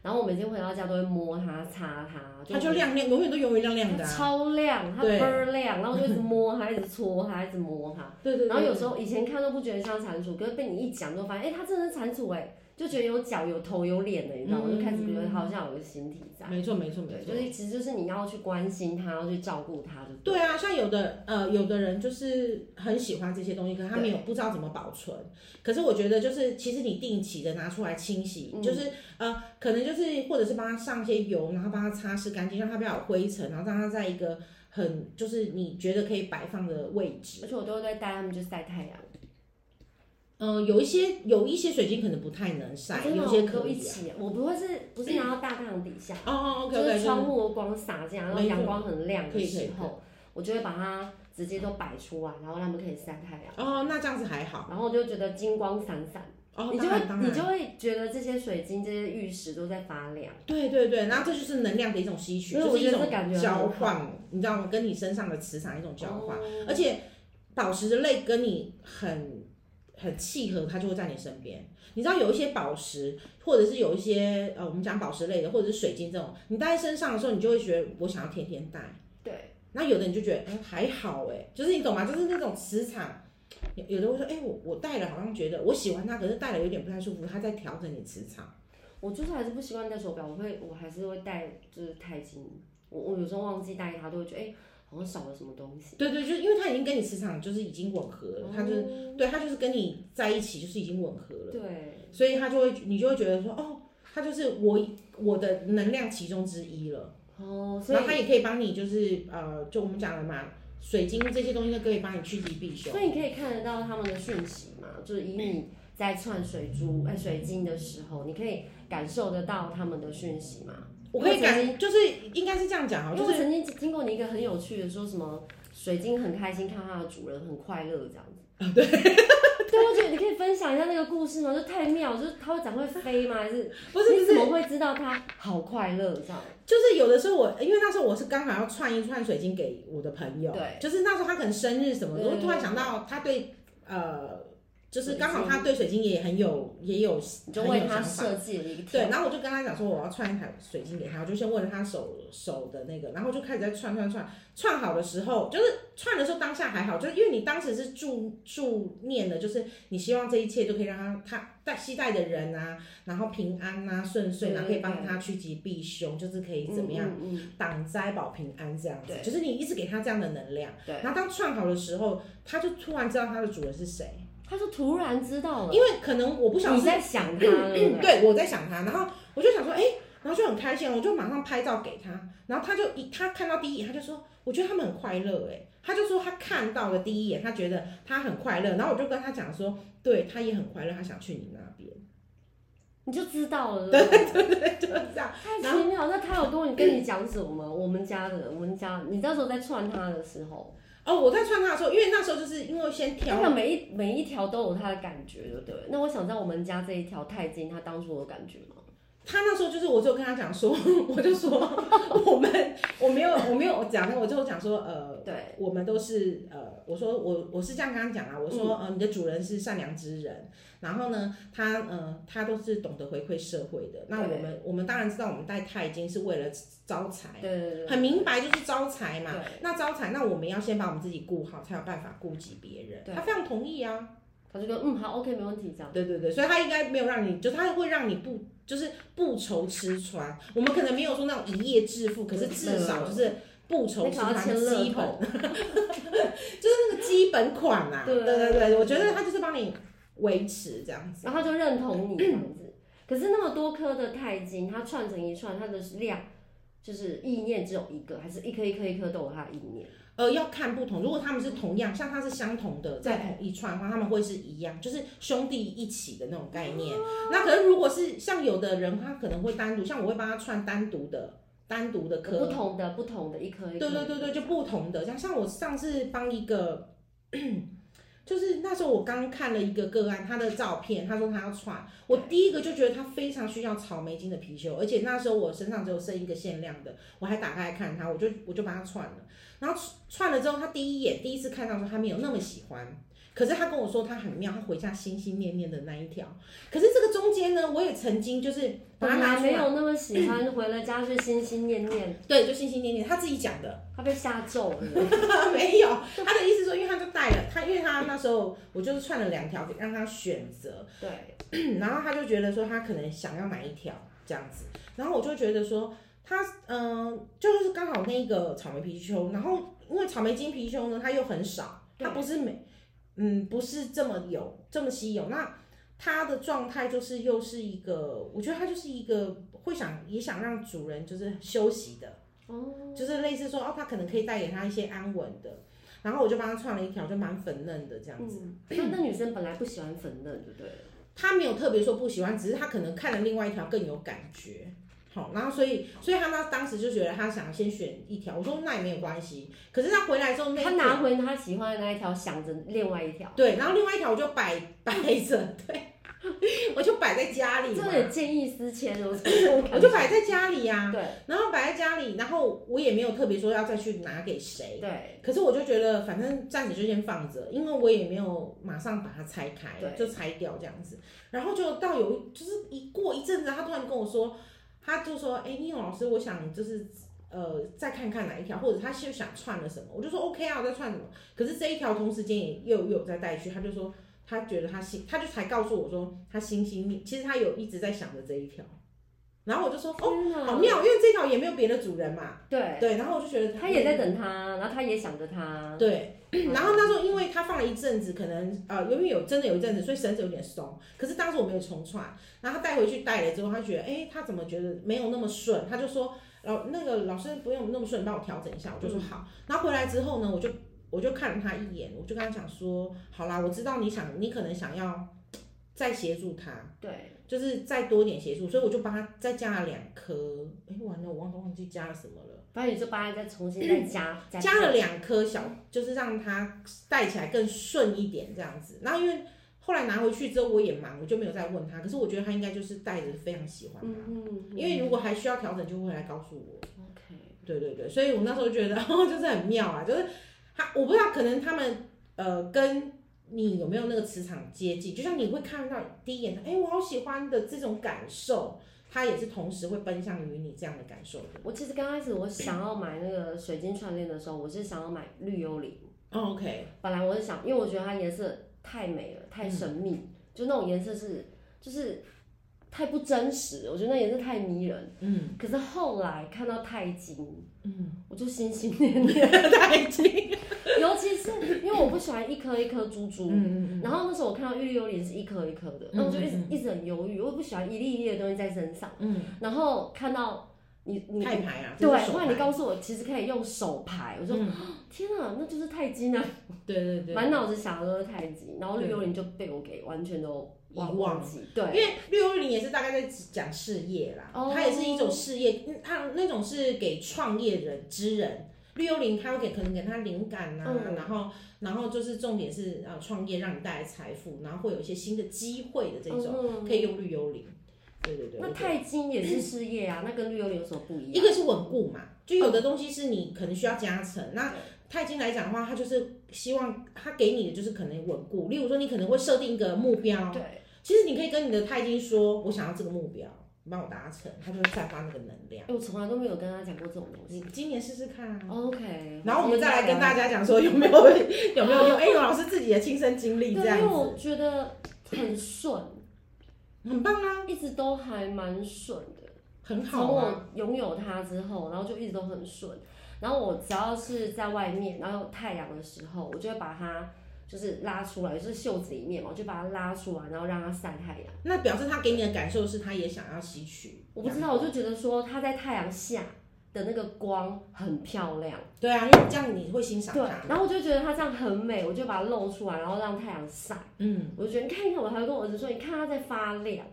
Speaker 2: 然后我每天回到家都会摸它、擦它，
Speaker 1: 它就亮亮，永远都永远亮亮的、
Speaker 2: 它
Speaker 1: 啊。
Speaker 2: 超亮，它
Speaker 1: 对
Speaker 2: 倍儿亮，然后我就一直摸 它，一直搓它，一直摸它。
Speaker 1: 对对对。
Speaker 2: 然后有时候以前看都不觉得像蟾蜍，可是被你一讲就发现，哎、它真的是蟾蜍哎、就觉得有脚、有头、有脸的，你知道吗？我
Speaker 1: 嗯
Speaker 2: 就开始觉得它好像有个形体在。
Speaker 1: 没错没错没
Speaker 2: 对，
Speaker 1: 错
Speaker 2: 就。是其实就是你要去关心它，要去照顾它，就
Speaker 1: 对啊，像有的呃，有的人就是很喜欢这些东西，可是他没有不知道怎么保存。可是我觉得就是，其实你定期的拿出来清洗，
Speaker 2: 嗯
Speaker 1: 就是呃，可能就是或者是帮他上一些油，然后帮他擦拭干净，让它不要有灰尘，然后让它在一个很就是你觉得可以摆放的位置。
Speaker 2: 而且我都会带它们去晒太阳，
Speaker 1: 嗯、有一些有一些水晶可能不太能晒，
Speaker 2: 哦真的
Speaker 1: 有
Speaker 2: 我
Speaker 1: 些
Speaker 2: 们都
Speaker 1: 可
Speaker 2: 一
Speaker 1: 以啊、
Speaker 2: 起，我不会是不是拿到大太阳底 下，
Speaker 1: 哦哦，OK
Speaker 2: 就是
Speaker 1: OK，
Speaker 2: 窗户的光洒进来，然后
Speaker 1: 没错
Speaker 2: 阳光很亮
Speaker 1: 可
Speaker 2: 的
Speaker 1: 以可以
Speaker 2: 时候，我就会把它直接都摆出来，然后让它们可以晒太阳，
Speaker 1: 哦，那这样子还好。
Speaker 2: 然后我就觉得金光闪闪。
Speaker 1: 哦，
Speaker 2: 你就
Speaker 1: 当
Speaker 2: 会
Speaker 1: 然当然
Speaker 2: 你就会觉得这些水晶、这些玉石都在发亮。
Speaker 1: 对对对，然后这就是能量的一种吸取，
Speaker 2: 所以
Speaker 1: 就
Speaker 2: 我
Speaker 1: 是一
Speaker 2: 觉得
Speaker 1: 种
Speaker 2: 这感觉很
Speaker 1: 交
Speaker 2: 好
Speaker 1: 换，你知道吗？跟你身上的磁场一种交换，
Speaker 2: 哦
Speaker 1: 而且宝石的类跟你很很契合，它就会在你身边。你知道有一些宝石，或者是有一些呃，我们讲宝石类的，或者是水晶这种，你戴在身上的时候，你就会觉得我想要天天戴。
Speaker 2: 对，
Speaker 1: 那有的你就觉得嗯还好哎、就是你懂吗？就是那种磁场。有有的会说，哎、我我戴了好像觉得我喜欢它，可是戴了有点不太舒服，它在调整你磁场。
Speaker 2: 我就是还是不习惯戴手表，我会我还是会戴就是钛金。我我有时候忘记戴它，都会觉得哎、好像少了什么东西。
Speaker 1: 对对，就是因为它已经跟你磁场就是已经吻合了，它就是
Speaker 2: 哦
Speaker 1: 对，它就是跟你在一起就是已经吻合了，
Speaker 2: 对，
Speaker 1: 所以它就会你就会觉得说，哦，它就是我我的能量其中之一了。
Speaker 2: 哦，所
Speaker 1: 然后它
Speaker 2: 以
Speaker 1: 也可以帮你就是呃，就我们讲的嘛，水晶这些东西都可以帮你趋吉避凶
Speaker 2: 所。以你可以看得到他们的讯息嘛，就是以你在串水珠哎、水晶的时候，你可以感受得到他们的讯息嘛。
Speaker 1: 我可以
Speaker 2: 因为曾
Speaker 1: 感，就是应该是这样讲哦，
Speaker 2: 因为
Speaker 1: 就
Speaker 2: 我
Speaker 1: 是
Speaker 2: 曾经听过你一个很有趣的，说什么水晶很开心看到它的主人很快乐这样子。
Speaker 1: 啊
Speaker 2: 对， 对，我觉得你可以分享一下那个故事吗？就太妙，就是它会长会飞吗？还是
Speaker 1: 不是
Speaker 2: 你
Speaker 1: 不
Speaker 2: 怎
Speaker 1: 是，
Speaker 2: 么会知道它好快乐这样？
Speaker 1: 就是有的时候我因为那时候我是刚好要串一串水晶给我的朋友，
Speaker 2: 对，
Speaker 1: 就是那时候他可能生日什么的，
Speaker 2: 对
Speaker 1: 我突然想到他对呃，就是刚好
Speaker 2: 水
Speaker 1: 他对水晶也很有也有
Speaker 2: 你就
Speaker 1: 很
Speaker 2: 为
Speaker 1: 有
Speaker 2: 它
Speaker 1: 想法。
Speaker 2: 设计了一个
Speaker 1: 对，
Speaker 2: 跳，
Speaker 1: 然后我就跟他讲说我要串一台水晶给他，我就先问了他手手的那个，然后就开始在串串串，串好的时候就是串的时候当下还好，就是因为你当时是助助念的，就是你希望这一切都可以让他他带期待的人啊，然后平安啊顺遂，然后可以帮他趋吉避凶，就是可以怎么样
Speaker 2: 嗯？嗯
Speaker 1: 挡灾保平安这样子
Speaker 2: 对，
Speaker 1: 就是你一直给他这样的能量。
Speaker 2: 对
Speaker 1: 然后当串好的时候，他就突然知道他的主人是谁，
Speaker 2: 嗯，它就突然知道了，
Speaker 1: 因为可能我不小
Speaker 2: 哦你
Speaker 1: 心
Speaker 2: 在想它了，对不对
Speaker 1: 对，我在想他，然后我就想说，哎、然后就很开心，我就马上拍照给他，然后他就一他看到第一眼，他就说，我觉得他们很快乐，哎，他就说他看到了第一眼，他觉得他很快乐，然后我就跟他讲说，对他也很快乐，他想去你那边，
Speaker 2: 你就知道了，对不对
Speaker 1: 就是这样，
Speaker 2: 太
Speaker 1: 然后
Speaker 2: 奇妙。那它有跟你跟你讲什么吗？我们家的，我们家，你那时候在串它的时候。
Speaker 1: 哦，我在穿他的时候，因为那时候就是因为先挑
Speaker 2: 我想每一每一条都有它的感觉，对不对？那我想知道我们家这一条钛金，它当初的感觉吗？
Speaker 1: 他那时候就是，我就跟他讲说， 我就说我们我没有我没有讲，我就讲说呃，
Speaker 2: 对，
Speaker 1: 我们都是呃，我说我我是这样跟他讲啊，我说、
Speaker 2: 嗯
Speaker 1: 呃你的主人是善良之人，然后呢他呃他都是懂得回馈社会的，那
Speaker 2: 对
Speaker 1: 我们我们当然知道我们戴钛金是为了招财，
Speaker 2: 对对对
Speaker 1: 很明白就是招财
Speaker 2: 对
Speaker 1: 嘛。
Speaker 2: 对，
Speaker 1: 那招财，那我们要先把我们自己顾好，才有办法顾及别人。
Speaker 2: 对
Speaker 1: 他非常同意啊。
Speaker 2: 他就说嗯好 OK 没问题这样。
Speaker 1: 对对对，所以他应该没有让你，就他会让你不就是不愁吃穿。我们可能没有说那种一夜致富，可是至少就是不愁
Speaker 2: 那
Speaker 1: 吃
Speaker 2: 条
Speaker 1: 穿
Speaker 2: 要签乐
Speaker 1: 基本
Speaker 2: 透，
Speaker 1: 那个基本款啦、
Speaker 2: 对
Speaker 1: 对对，我觉得他就是帮你维持这样子。
Speaker 2: 然后他就认同你这样子。 可是那么多颗的钛金，它串成一串，它的量就是意念只有一个，还是一颗一颗一颗都有它的意念？
Speaker 1: 呃，要看不同。如果他们是同样，像它是相同的，
Speaker 2: 对
Speaker 1: 在同一串的话，他们会是一样，就是兄弟一起的那种概
Speaker 2: 哦
Speaker 1: 念。那可是如果是像有的人，他可能会单独，像我会帮他串单独的、单独的
Speaker 2: 不
Speaker 1: 科
Speaker 2: 同的不同的一颗一颗。
Speaker 1: 对对对对，就不同的。像像我上次帮一个，就是那时候我刚看了一个个案，他的照片，他说他要穿，我第一个就觉得他非常需要草莓金的貔貅，而且那时候我身上只有剩一个限量的，我还打开来看他，我就我就把它串了，然后串了之后，他第一眼第一次看到的时候，他没有那么喜欢。可是他跟我说他很妙，他回家心心念念的那一条。可是这个中间呢，我也曾经就是把它
Speaker 2: 本
Speaker 1: 拿
Speaker 2: 来
Speaker 1: 出
Speaker 2: 没
Speaker 1: 来，
Speaker 2: 有那么喜欢，回了家却心心念念，
Speaker 1: 对，就心心念念，他自己讲的。
Speaker 2: 他被吓咒了。
Speaker 1: 没有，他的意思说，因为他就带了他，因为他那时候我就是串了两条给让他选择，
Speaker 2: 对，
Speaker 1: 然后他就觉得说他可能想要哪一条这样子，然后我就觉得说他嗯、呃就是刚好那个草莓貔貅，然后因为草莓金貔貅呢，它又很少，它
Speaker 2: 对
Speaker 1: 不是每嗯不是这么有这么稀有，那它的状态就是又是一个，我觉得它就是一个会想也想让主人就是休息的。
Speaker 2: 哦，
Speaker 1: 就是类似说哦，他可能可以带给他一些安稳的。然后我就帮他串了一条，就蛮粉嫩的这样子。
Speaker 2: 嗯，那那女生本来不喜欢粉嫩，对不对？
Speaker 1: 他没有特别说不喜欢，只是他可能看了另外一条更有感觉。好，然后所以，所以他那当时就觉得他想先选一条，我说那也没有关系。可是他回来之后那一
Speaker 2: 她
Speaker 1: 条，
Speaker 2: 拿回她喜欢的那一条，想着另外一条。
Speaker 1: 对，然后另外一条我就摆 摆着，对，我就摆在家里
Speaker 2: 这
Speaker 1: 嘛，
Speaker 2: 个也见异思迁，我 这种
Speaker 1: 我
Speaker 2: 感
Speaker 1: 就
Speaker 2: 觉。
Speaker 1: 摆在家里呀、
Speaker 2: 对
Speaker 1: 然后摆在家里，然后我也没有特别说要再去拿给谁，
Speaker 2: 对
Speaker 1: 可是我就觉得，反正暂时就先放着，因为我也没有马上把它拆开，
Speaker 2: 对
Speaker 1: 就拆掉这样子。然后就到有一就是一过一阵子，他突然跟我说，他就说：“哎、聂勇老师，我想就是呃再看看哪一条，或者他就想串了什么。”我就说：“OK 啊，我在串什么？”可是这一条同时间也又又有
Speaker 2: 嗯
Speaker 1: 在带去，他就说他觉得他心，他就才告诉我说他心心念，其实他有一直在想着这一条。然后我就说：“哦，
Speaker 2: 天
Speaker 1: 好
Speaker 2: 哪！
Speaker 1: 妙，因为这条也没有别的主人嘛。”
Speaker 2: 对，
Speaker 1: 对，然后我就觉得
Speaker 2: 她也在啊等他，然后她也想着他。
Speaker 1: 对， 嗯然后那时候因为他放了一阵子，可能呃，由于有真的有一阵子，所以绳子有点松。可是当时我没有重串，然后他带回去带了之后，他觉得哎、诶他怎么觉得没有那么顺？他就说老那个老师不用那么顺，帮我调整一下。我就说好。然后回来之后呢，我就我就看了他一眼，我就跟他讲说，好啦，我知道你想你可能想要再协助他，
Speaker 2: 对，
Speaker 1: 就是再多点协助，所以我就帮他再加了两颗。哎、完了，我忘忘记加了什么了。
Speaker 2: 反正你就把它再重新再加加
Speaker 1: 嗯加了两颗小，就是让它带起来更顺一点这样子。然后因为后来拿回去之后我也忙，我就没有再问他。可是我觉得他应该就是带着非常喜欢
Speaker 2: 嗯
Speaker 1: 它，
Speaker 2: 嗯，嗯
Speaker 1: 因为如果还需要调整，就会来告诉我。
Speaker 2: OK，
Speaker 1: 对对对，所以我那时候觉得，哦，就是很妙啊，就是他，我不知道可能他们呃跟你有没有那个磁场接近，就像你会看到第一眼，哎，我好喜欢的这种感受，它也是同时会奔向于你这样的感受的。
Speaker 2: 我其实刚开始我想要买那个水晶串链的时候，我是想要买绿幽灵。
Speaker 1: 哦 OK，
Speaker 2: 本来我是想，因为我觉得它颜色太美了，
Speaker 1: 嗯
Speaker 2: 太神秘，就那种颜色是就是太不真实，我觉得那颜色太迷人。
Speaker 1: 嗯
Speaker 2: 可是后来看到钛金，
Speaker 1: 嗯，
Speaker 2: 我就心心念 念，
Speaker 1: 太近，
Speaker 2: 尤其是因为我不喜欢一颗一颗珠珠。
Speaker 1: 嗯
Speaker 2: 然后那时候我看到玉幽灵是一颗一颗的，那我就一直一直很犹豫，我不喜欢一粒一粒的东西在身上。
Speaker 1: 嗯，
Speaker 2: 然后看到你你
Speaker 1: 太牌啊，
Speaker 2: 嗯对，
Speaker 1: 这是手
Speaker 2: 后来你
Speaker 1: 牌
Speaker 2: 告诉我其实可以用手牌，我说、
Speaker 1: 嗯
Speaker 2: 天啊，那就是钛金啊！
Speaker 1: 对对对，
Speaker 2: 满脑子想的都是太极，然后绿
Speaker 1: 对
Speaker 2: 幽灵就被我给完全都
Speaker 1: 遗
Speaker 2: 忘
Speaker 1: 忘
Speaker 2: 忘记。
Speaker 1: 因
Speaker 2: 对，
Speaker 1: 为六幽灵也是大概在讲事业啦，
Speaker 2: 哦
Speaker 1: 它也是一种事业，嗯它那种是给创业人之人。绿幽灵它会给可能给他灵感呐、啊
Speaker 2: 嗯
Speaker 1: 然后然后就是重点是呃创业让你带来财富，然后会有一些新的机会的这种，
Speaker 2: 嗯
Speaker 1: 可以用绿幽灵。对对对，
Speaker 2: 那
Speaker 1: 我觉得
Speaker 2: 太金也是事业啊，那跟绿幽灵有什么不
Speaker 1: 一
Speaker 2: 一样？
Speaker 1: 个是稳固嘛，就有的东西是你可能需要加成。那钛金来讲的话，它就是希望它给你的就是可能稳固，例如说你可能会设定一个目标，
Speaker 2: 对，
Speaker 1: 其实你可以跟你的钛金说，我想要这个目标，你帮我达成，它就会散发那个能量。
Speaker 2: 哎我从来都没有跟他讲过这种东西。
Speaker 1: 你今年试试看啊。
Speaker 2: OK，
Speaker 1: 然后我们再来跟大
Speaker 2: 家
Speaker 1: 家讲说有没有 有没有用？哎、有老师自己的亲身经历这
Speaker 2: 对，因
Speaker 1: 样
Speaker 2: 为
Speaker 1: 子，
Speaker 2: 我觉得很顺，
Speaker 1: 很棒啊，
Speaker 2: 一直都还蛮顺的。
Speaker 1: 很
Speaker 2: 从
Speaker 1: 好啊。
Speaker 2: 我拥有它之后，然后就一直都很顺。然后我只要是在外面，然后有太阳的时候，我就会把它就是拉出来，就是袖子里面嘛，我就把它拉出来，然后让它晒太阳。
Speaker 1: 那表示他给你的感受是他也想要吸取。
Speaker 2: 我不知道，我就觉得说它在太阳下的那个光很漂亮，
Speaker 1: 对啊，因为这样你会欣赏
Speaker 2: 对
Speaker 1: 它。，
Speaker 2: 然后我就觉得它这样很美，我就把它露出来，然后让太阳晒。
Speaker 1: 嗯，
Speaker 2: 我就觉得你看一看，我还会跟我儿子说，你看它在发亮，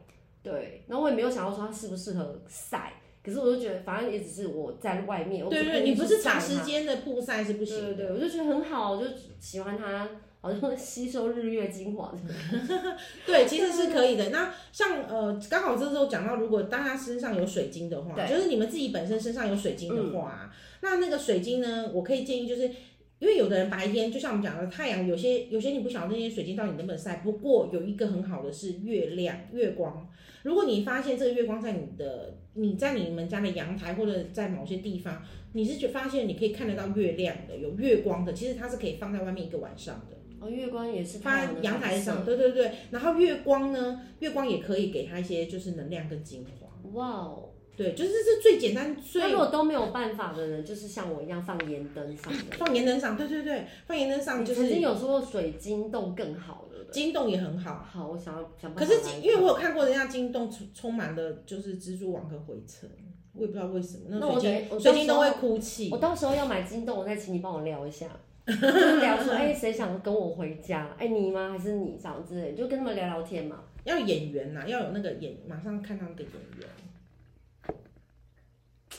Speaker 2: 对。然后我也没有想到说它适不适合晒，可是我就觉得反正也只是我在外面，我
Speaker 1: 对对，
Speaker 2: 故意
Speaker 1: 你不
Speaker 2: 去
Speaker 1: 是长
Speaker 2: 晒它
Speaker 1: 时间的曝晒是不行
Speaker 2: 对
Speaker 1: 的。
Speaker 2: 对对，我就觉得很好，我就喜欢它，好像吸收日月精华的。
Speaker 1: 对，其实是可以的。那像呃，刚好这时候讲到，如果大家身上有水晶的话，
Speaker 2: 对
Speaker 1: 嗯就是你们自己本身身上有水晶的话啊、那那个水晶呢，我可以建议就是。因为有的人白天就像我们讲的太阳，有些有些你不晓得那些水晶到底能不能晒。不过有一个很好的是月亮月光，如果你发现这个月光在你的你在你们家的阳台或者在某些地方，你是觉发现你可以看得到月亮的，有月光的，其实它是可以放在外面一个晚上的。
Speaker 2: 哦，月光也是太
Speaker 1: 放在
Speaker 2: 阳的
Speaker 1: 阳
Speaker 2: 反
Speaker 1: 台
Speaker 2: 射
Speaker 1: 上，。对对对。然后月光呢，月光也可以给它一些就是能量跟精华。
Speaker 2: 哇哦！
Speaker 1: 对，就是这是最简单最
Speaker 2: 那如果都没有办法的人，就是像我一样放盐灯上的。
Speaker 1: 放盐灯上，对对对，放盐灯上
Speaker 2: 你
Speaker 1: 就
Speaker 2: 曾经
Speaker 1: 是
Speaker 2: 有说过水晶洞更好的，
Speaker 1: 金洞也很好。
Speaker 2: 好，我想要想
Speaker 1: 可
Speaker 2: 办法
Speaker 1: 是
Speaker 2: 来。
Speaker 1: 金因为我有看过人家金洞充充满了就是蜘蛛网和灰尘，我也不知道为什么
Speaker 2: 那
Speaker 1: 个
Speaker 2: 我
Speaker 1: 水
Speaker 2: 得
Speaker 1: 晶水
Speaker 2: 我到时
Speaker 1: 晶
Speaker 2: 候
Speaker 1: 都会哭泣
Speaker 2: 我。到时候要买金洞，我再请你帮我聊 一下，就是聊说，哎、谁想跟我回家？哎、你吗？还是你这样之类的，就跟他们聊聊天嘛。
Speaker 1: 要演员呐、要有那个演，马上看到那个演员。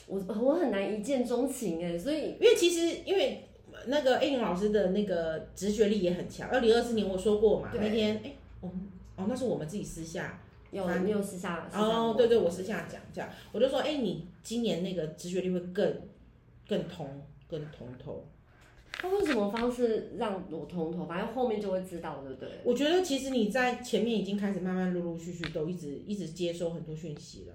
Speaker 2: 我我很难一见钟情哎，所以
Speaker 1: 因为其实因为那个 A 玲老师的那个直觉力也很强。二零二四年我说过嘛，
Speaker 2: 对
Speaker 1: 那天哎，我们哦那是我们自己私下
Speaker 2: 有
Speaker 1: 反
Speaker 2: 你有私下啊私下
Speaker 1: 哦
Speaker 2: 我，
Speaker 1: 对对，我私下讲这样，我就说哎，你今年那个直觉力会更更通更通透。
Speaker 2: 他用什么方式让我通透？反正后面就会知道，对不对？
Speaker 1: 我觉得其实你在前面已经开始慢慢陆陆续续都一直一直接收很多讯息了，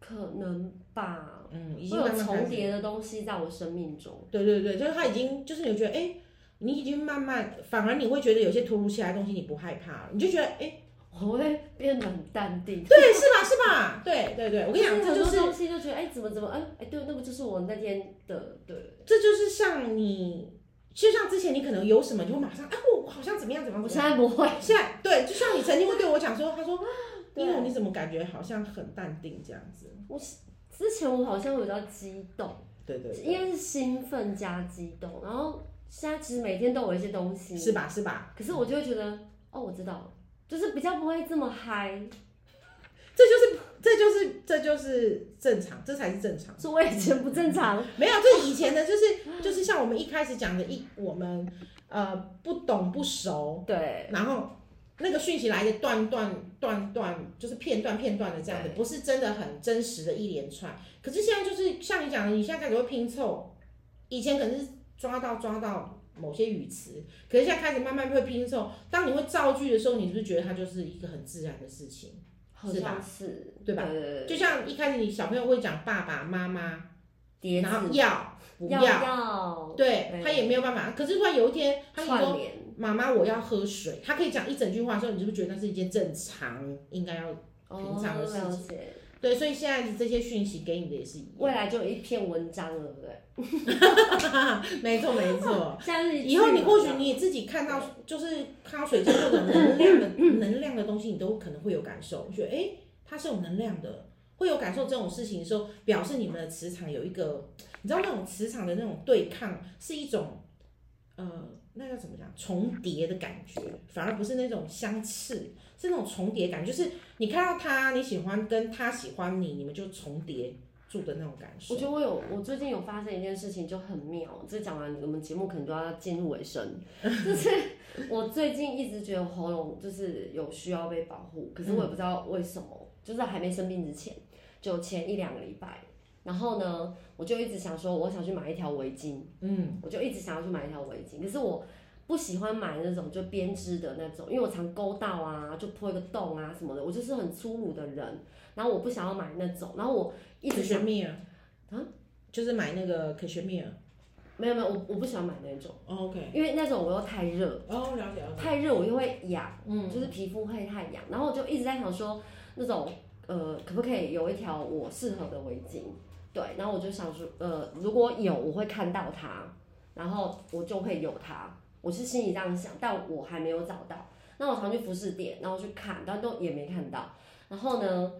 Speaker 2: 可能吧，
Speaker 1: 嗯，
Speaker 2: 会
Speaker 1: 已经慢
Speaker 2: 有
Speaker 1: 慢开
Speaker 2: 重
Speaker 1: 始。
Speaker 2: 叠的东西在我生命中。
Speaker 1: 对对对，就是他已经就是你觉得哎、诶你已经慢慢，反而你会觉得有些突如其来的东西你不害怕了，你就觉得哎、诶
Speaker 2: 我会变得很淡定。
Speaker 1: 对，是吧是吧？对对对，我跟你讲，这
Speaker 2: 就是很
Speaker 1: 就
Speaker 2: 多
Speaker 1: 是
Speaker 2: 东西就觉得，哎、怎么怎么，哎、哎，对，那不就是我那天的，对。
Speaker 1: 这就是像你，就像之前你可能有什么，你会马上哎、啊我我好像怎么样怎么样
Speaker 2: 我
Speaker 1: 怎么
Speaker 2: 现
Speaker 1: 样。
Speaker 2: 在不会，
Speaker 1: 现在对，就像你曾经会对我讲说，他说，
Speaker 2: 对
Speaker 1: 因为你怎么感觉好像很淡定这样子？
Speaker 2: 之前我好像有比较激动，
Speaker 1: 对对
Speaker 2: 应
Speaker 1: 对，
Speaker 2: 该是兴奋加激动，然后现在其实每天都有一些东西，
Speaker 1: 是吧是吧？
Speaker 2: 可是我就会觉得，哦，我知道了，就是比较不会这么嗨，
Speaker 1: 嗯这就是这就是这就是正常，这才是正常。
Speaker 2: 是我以前不正常，
Speaker 1: 没有，这以前的就是就是像我们一开始讲的，一我们呃不懂不熟，
Speaker 2: 对，
Speaker 1: 然后那个讯息来的断断断断，就是片段片段的这样子，不是真的很真实的一连串。可是现在就是像你讲的，你现在开始会拼凑，以前可能是抓到抓到某些语词，可是现在开始慢慢会拼凑。当你会造句的时候，你是不是觉得它就是一个很自然的事情？
Speaker 2: 好
Speaker 1: 是吧
Speaker 2: 像是，
Speaker 1: 对吧
Speaker 2: 对对对
Speaker 1: 就像一开始你小朋友会讲爸爸妈妈，
Speaker 2: 碟
Speaker 1: 然后
Speaker 2: 子
Speaker 1: 要不
Speaker 2: 要
Speaker 1: 要，
Speaker 2: 要
Speaker 1: 对
Speaker 2: 对
Speaker 1: 他也没有办法。可是突然有一天，他就
Speaker 2: 串
Speaker 1: 说
Speaker 2: 联，：“
Speaker 1: 妈妈，我要喝水。”他可以讲一整句话的时候，你是不是觉得那是一件正常应该要？平常的事情
Speaker 2: 哦、了解，
Speaker 1: 对，所以现在这些讯息给你的也是一
Speaker 2: 未
Speaker 1: 样。
Speaker 2: 来就有一篇文章了，对不对？
Speaker 1: 没错，没错。
Speaker 2: 像是
Speaker 1: 哦以后你或许你也自己看到，就是看到水晶这种能量的
Speaker 2: 嗯
Speaker 1: 能量的东西，你都可能会有感受，你觉得哎、诶它是有能量的，会有感受这种事情的时候，表示你们的磁场有一个，你知道那种磁场的那种对抗是一种，呃，那叫怎么讲，重叠的感觉，反而不是那种相斥，是那种重叠感，就是你看到他你喜欢跟他喜欢你，你们就重叠住的那种感受
Speaker 2: 我。觉得我有，我最近有发生一件事情就很妙。这讲完我们节目可能都要进入尾声，就是我最近一直觉得喉咙就是有需要被保护，可是我也不知道为什么，就是还没生病之前，就前一两个礼拜，然后呢，我就一直想说我想去买一条围巾，
Speaker 1: 嗯，
Speaker 2: 我就一直想要去买一条围巾，可是我不喜欢买那种就编织的那种，因为我常勾到啊，就破一个洞啊什么的，我就是很粗鲁的人，然后我不想要买那种，然后我一直
Speaker 1: 可
Speaker 2: 想。
Speaker 1: 学蜜啊
Speaker 2: 啊，
Speaker 1: 就是买那个可学蜜啊。
Speaker 2: 没有没有，我我不喜欢买那种，
Speaker 1: 哦 OK，
Speaker 2: 因为那种我又太热，
Speaker 1: 哦，了解了解。
Speaker 2: 太热我又会痒，
Speaker 1: 嗯，
Speaker 2: 就是皮肤会太痒。然后我就一直在想说，那种呃，可不可以有一条我适合的围巾？对，然后我就想说，呃，如果有我会看到它，然后我就会有它。我是心里这样想，但我还没有找到。那我常去服饰店，然后去看，但都也没看到。然后呢，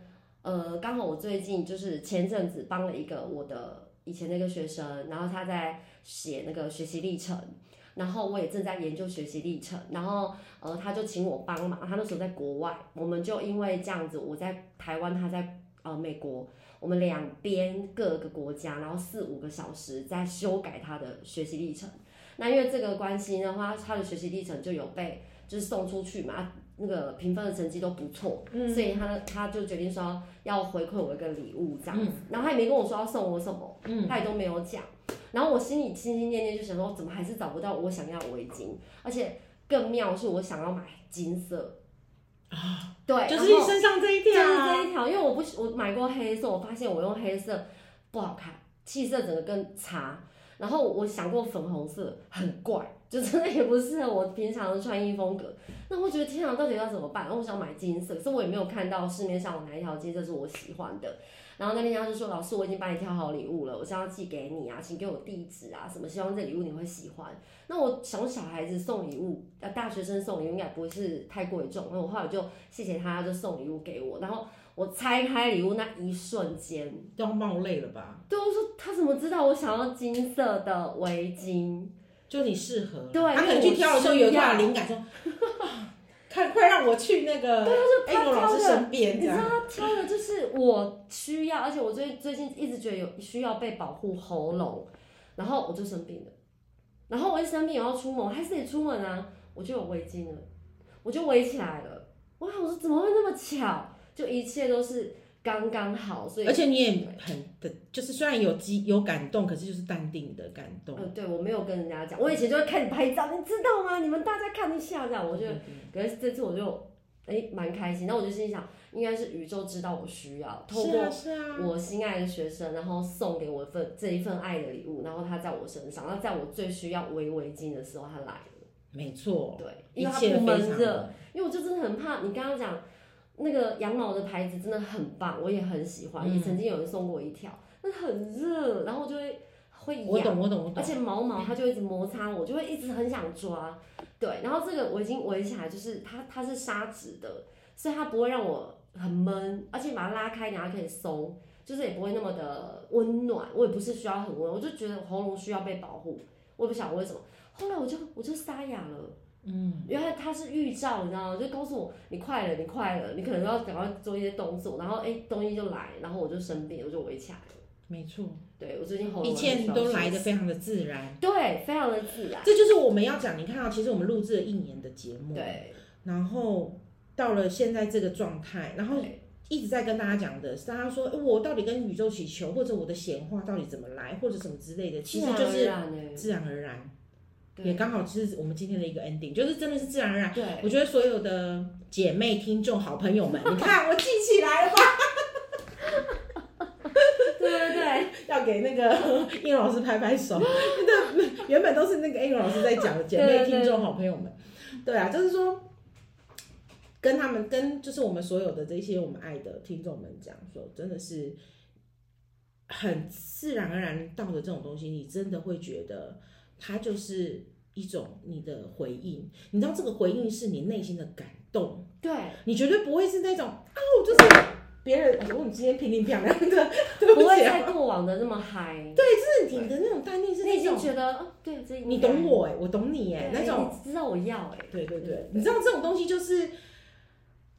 Speaker 2: 呃，刚好我最近就是前阵子帮了一个我的以前的一个学生，然后他在写那个学习历程，然后我也正在研究学习历程，然后呃，他就请我帮忙，他那时候在国外，我们就因为这样子，我在台湾，他在呃美国，我们两边各个国家，然后四五个小时在修改他的学习历程。那因为这个关系的话，他的学习历程就有被就是送出去嘛，啊那个评分的成绩都不错，
Speaker 1: 嗯
Speaker 2: 所以他他就决定
Speaker 1: 嗯
Speaker 2: 说要回馈我一个礼物这样子，然后他也没跟我说要送我什么，他也都没有讲。然后我心里心心念念就想说，怎么还是找不到我想要的围巾？而且更妙是我想要买金色啊，对，
Speaker 1: 就
Speaker 2: 然
Speaker 1: 是
Speaker 2: 后
Speaker 1: 身上这一
Speaker 2: 就是
Speaker 1: 条
Speaker 2: 这
Speaker 1: 啊，
Speaker 2: 一条，因为我不喜我买过黑色，我发现我用黑色不好看，气色整个更差。然后我想过粉红色很怪，就真的也不适合我平常的穿衣风格。那我觉得天啊，到底要怎么办？然后我想买金色，可是我也没有看到市面上有哪一条金色是我喜欢的。然后那天他就说：“老师，我已经帮你挑好礼物了，我是要寄给你啊，请给我地址啊，什么希望这礼物你会喜欢。”那我想小孩子送礼物，呃，大学生送礼物应该不是太贵重。那我后来就谢谢他，就送礼物给我。然后我拆开礼物那一瞬间，
Speaker 1: 都要冒泪了吧？
Speaker 2: 对我说他怎么知道我想要金色的围巾？
Speaker 1: 就你适合，
Speaker 2: 对
Speaker 1: 他可能去挑的时候有一段灵感说， 啊快快让我去那个
Speaker 2: 对他
Speaker 1: A
Speaker 2: 就
Speaker 1: 罗
Speaker 2: 他
Speaker 1: 老师
Speaker 2: 挑的，
Speaker 1: 身边
Speaker 2: 你
Speaker 1: 这
Speaker 2: 知道
Speaker 1: 样。
Speaker 2: 他挑的就是我需要，而且我最最近一直觉得有需要被保护喉咙，然后我就生病了，然后我一生病，我要出门，我还是得出门啊，我就有围巾了，我就围起来了。哇，我说怎么会那么巧？就一切都是刚刚好，所以
Speaker 1: 而且你也很的，就是虽然有激有感动，可是就是淡定的感动。
Speaker 2: 呃，对我没有跟人家讲，我以前就会开始拍照，你知道吗？你们大家看一下
Speaker 1: 嗯
Speaker 2: 这样，我就，可是这次我就，哎，蛮开心。那我就心想，应该是宇宙知道我需要，透
Speaker 1: 是
Speaker 2: 过
Speaker 1: 啊是啊，
Speaker 2: 我心爱的学生，然后送给我一份这一份爱的礼物，然后他在我身上，然后在我最需要围围巾的时候，他来了，
Speaker 1: 没错，
Speaker 2: 对，
Speaker 1: 一
Speaker 2: 因为他
Speaker 1: 切
Speaker 2: 不
Speaker 1: 非
Speaker 2: 闷
Speaker 1: 常
Speaker 2: 热，
Speaker 1: 的
Speaker 2: 因为我就真的很怕你刚刚讲那个羊毛的牌子真的很棒，我也很喜欢，也曾经有人送过我一条，那很热，然后就会会
Speaker 1: 我
Speaker 2: 痒。
Speaker 1: 懂我懂我
Speaker 2: 而
Speaker 1: 懂，
Speaker 2: 且毛毛它就一直摩擦我，就会一直很想抓。对，然后这个我已经围起来，就是它它是纱质的，所以它不会让我很闷，而且把它拉开，然后可以松，就是也不会那么的温暖。我也不是需要很温暖，我就觉得喉咙需要被保护，我也不晓得为什么。后来我就我就沙哑了。嗯，原来它是预兆，你知道吗？就告诉我你快了，你快了，你可能要赶快做一些动作，然后哎、东西就来，然后我就生病，我就围起来了。
Speaker 1: 没错，
Speaker 2: 对我最近喉咙
Speaker 1: 一
Speaker 2: 很
Speaker 1: 切
Speaker 2: 需要
Speaker 1: 都
Speaker 2: 休
Speaker 1: 来的
Speaker 2: 息
Speaker 1: 非常的自然。
Speaker 2: 对，非常的自然。
Speaker 1: 这就是我们要讲，你看啊，其实我们录制了一年的节目，
Speaker 2: 对，
Speaker 1: 然后到了现在这个状态，然后
Speaker 2: 对
Speaker 1: 一直在跟大家讲的是，大家说、呃我到底跟宇宙祈求，或者我的显化到底怎么来，或者什么之类的，其实就
Speaker 2: 自
Speaker 1: 是
Speaker 2: 然而然欸
Speaker 1: 自然而然，也
Speaker 2: 对
Speaker 1: 刚好是我们今天的一个 ending，就是真的是自然而然。
Speaker 2: 对，
Speaker 1: 我觉得所有的姐妹、听众、好朋友们，你看我记起来了吧？
Speaker 2: 对对对，
Speaker 1: 要给那个 英老师拍拍手。那原本都是那个英老师在讲的，姐
Speaker 2: 对
Speaker 1: 妹、
Speaker 2: 对
Speaker 1: 听众、好朋友们，对啊，就是说。跟他们，跟就是我们所有的这些我们爱的听众们讲说，真的是很自然而然到的这种东西，你真的会觉得它就是一种你的回应。你知道这个回应是你内心的感动，
Speaker 2: 对，
Speaker 1: 你绝对不会是那种啊，我就是别人，哦我说你今天平平漂亮的， 对
Speaker 2: 不会
Speaker 1: 起、啊，
Speaker 2: 再过往的那么嗨。
Speaker 1: 就是你的那种概念是
Speaker 2: 你已
Speaker 1: 那
Speaker 2: 经
Speaker 1: 种，
Speaker 2: 觉得，哦，对，这应
Speaker 1: 你
Speaker 2: 该
Speaker 1: 懂，我哎、我懂你哎、
Speaker 2: 对
Speaker 1: 那种，，
Speaker 2: 你知道我要哎，
Speaker 1: 对对对
Speaker 2: 对，
Speaker 1: 你知道这种东西就是，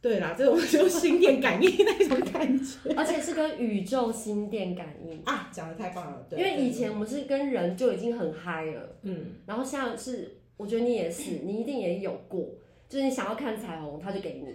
Speaker 1: 对啦，这种 就是心电感应那种感觉
Speaker 2: 而且是跟宇宙心电感应。
Speaker 1: 啊，讲的太棒了，
Speaker 2: 因
Speaker 1: 对，
Speaker 2: 为
Speaker 1: 对
Speaker 2: 以前我们是跟人就已经很嗨了，
Speaker 1: 嗯，
Speaker 2: 然后现在是，我觉得你也是，你一定也有过，就是你想要看彩虹，他就给你，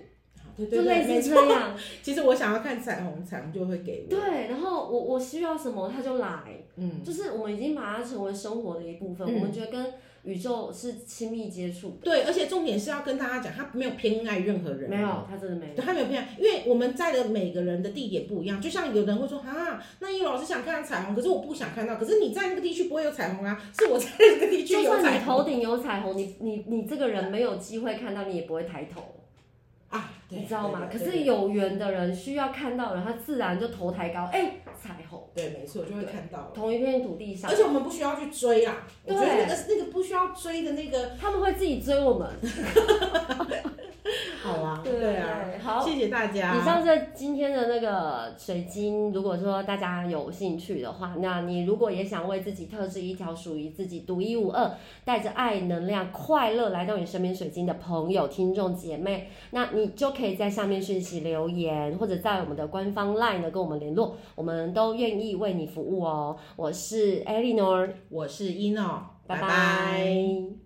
Speaker 1: 好对对
Speaker 2: 就
Speaker 1: 对，
Speaker 2: 类
Speaker 1: 没
Speaker 2: 似
Speaker 1: 错
Speaker 2: 这样。
Speaker 1: 其实我想要看彩虹，彩虹就会给我，
Speaker 2: 对，然后我我需要什么他就来，
Speaker 1: 嗯，
Speaker 2: 就是我们已经把它成为生活的一部分，
Speaker 1: 嗯
Speaker 2: 我们觉得跟宇宙是亲密接触的，
Speaker 1: 对，而且重点是要跟大家讲，他没有偏爱任何人，
Speaker 2: 没有，他真的没有，
Speaker 1: 对，他没有偏爱，因为我们在的每个人的地点不一样。就像有人会说啊，那叶老师想看彩虹，可是我不想看到。可是你在那个地区不会有彩虹啊，是我在那个地区
Speaker 2: 就
Speaker 1: 有
Speaker 2: 算
Speaker 1: 彩
Speaker 2: 你头
Speaker 1: 虹
Speaker 2: 顶有彩虹，你你你这个人没有机会看到，你也不会抬头，
Speaker 1: 啊，对
Speaker 2: 你知道吗？可
Speaker 1: 对对
Speaker 2: 是有缘的人需要看到的人，他自然就头抬高，哎，彩虹，
Speaker 1: 对，没错，就会看到了。
Speaker 2: 同一片土地上
Speaker 1: 而，且我们不需要去追啦，我觉得
Speaker 2: 对
Speaker 1: 那个那个不需要追的那个，
Speaker 2: 他们会自己追我们，
Speaker 1: 好啊
Speaker 2: 对
Speaker 1: 对啊，，
Speaker 2: 好。
Speaker 1: 谢谢大家。
Speaker 2: 以上是今天的那个水晶，如果说大家有兴趣的话，那你如果也想为自己特制一条属于自己独一无二、带着爱、能量、快乐来到你身边水晶的朋友、听众姐妹，那你就可以在下面讯息留言，或者在我们的官方 LINE 呢跟我们联络，我们都愿意为你服务哦。我是 Eleanor，
Speaker 1: 我是 ino，
Speaker 2: 拜
Speaker 1: 拜拜
Speaker 2: 拜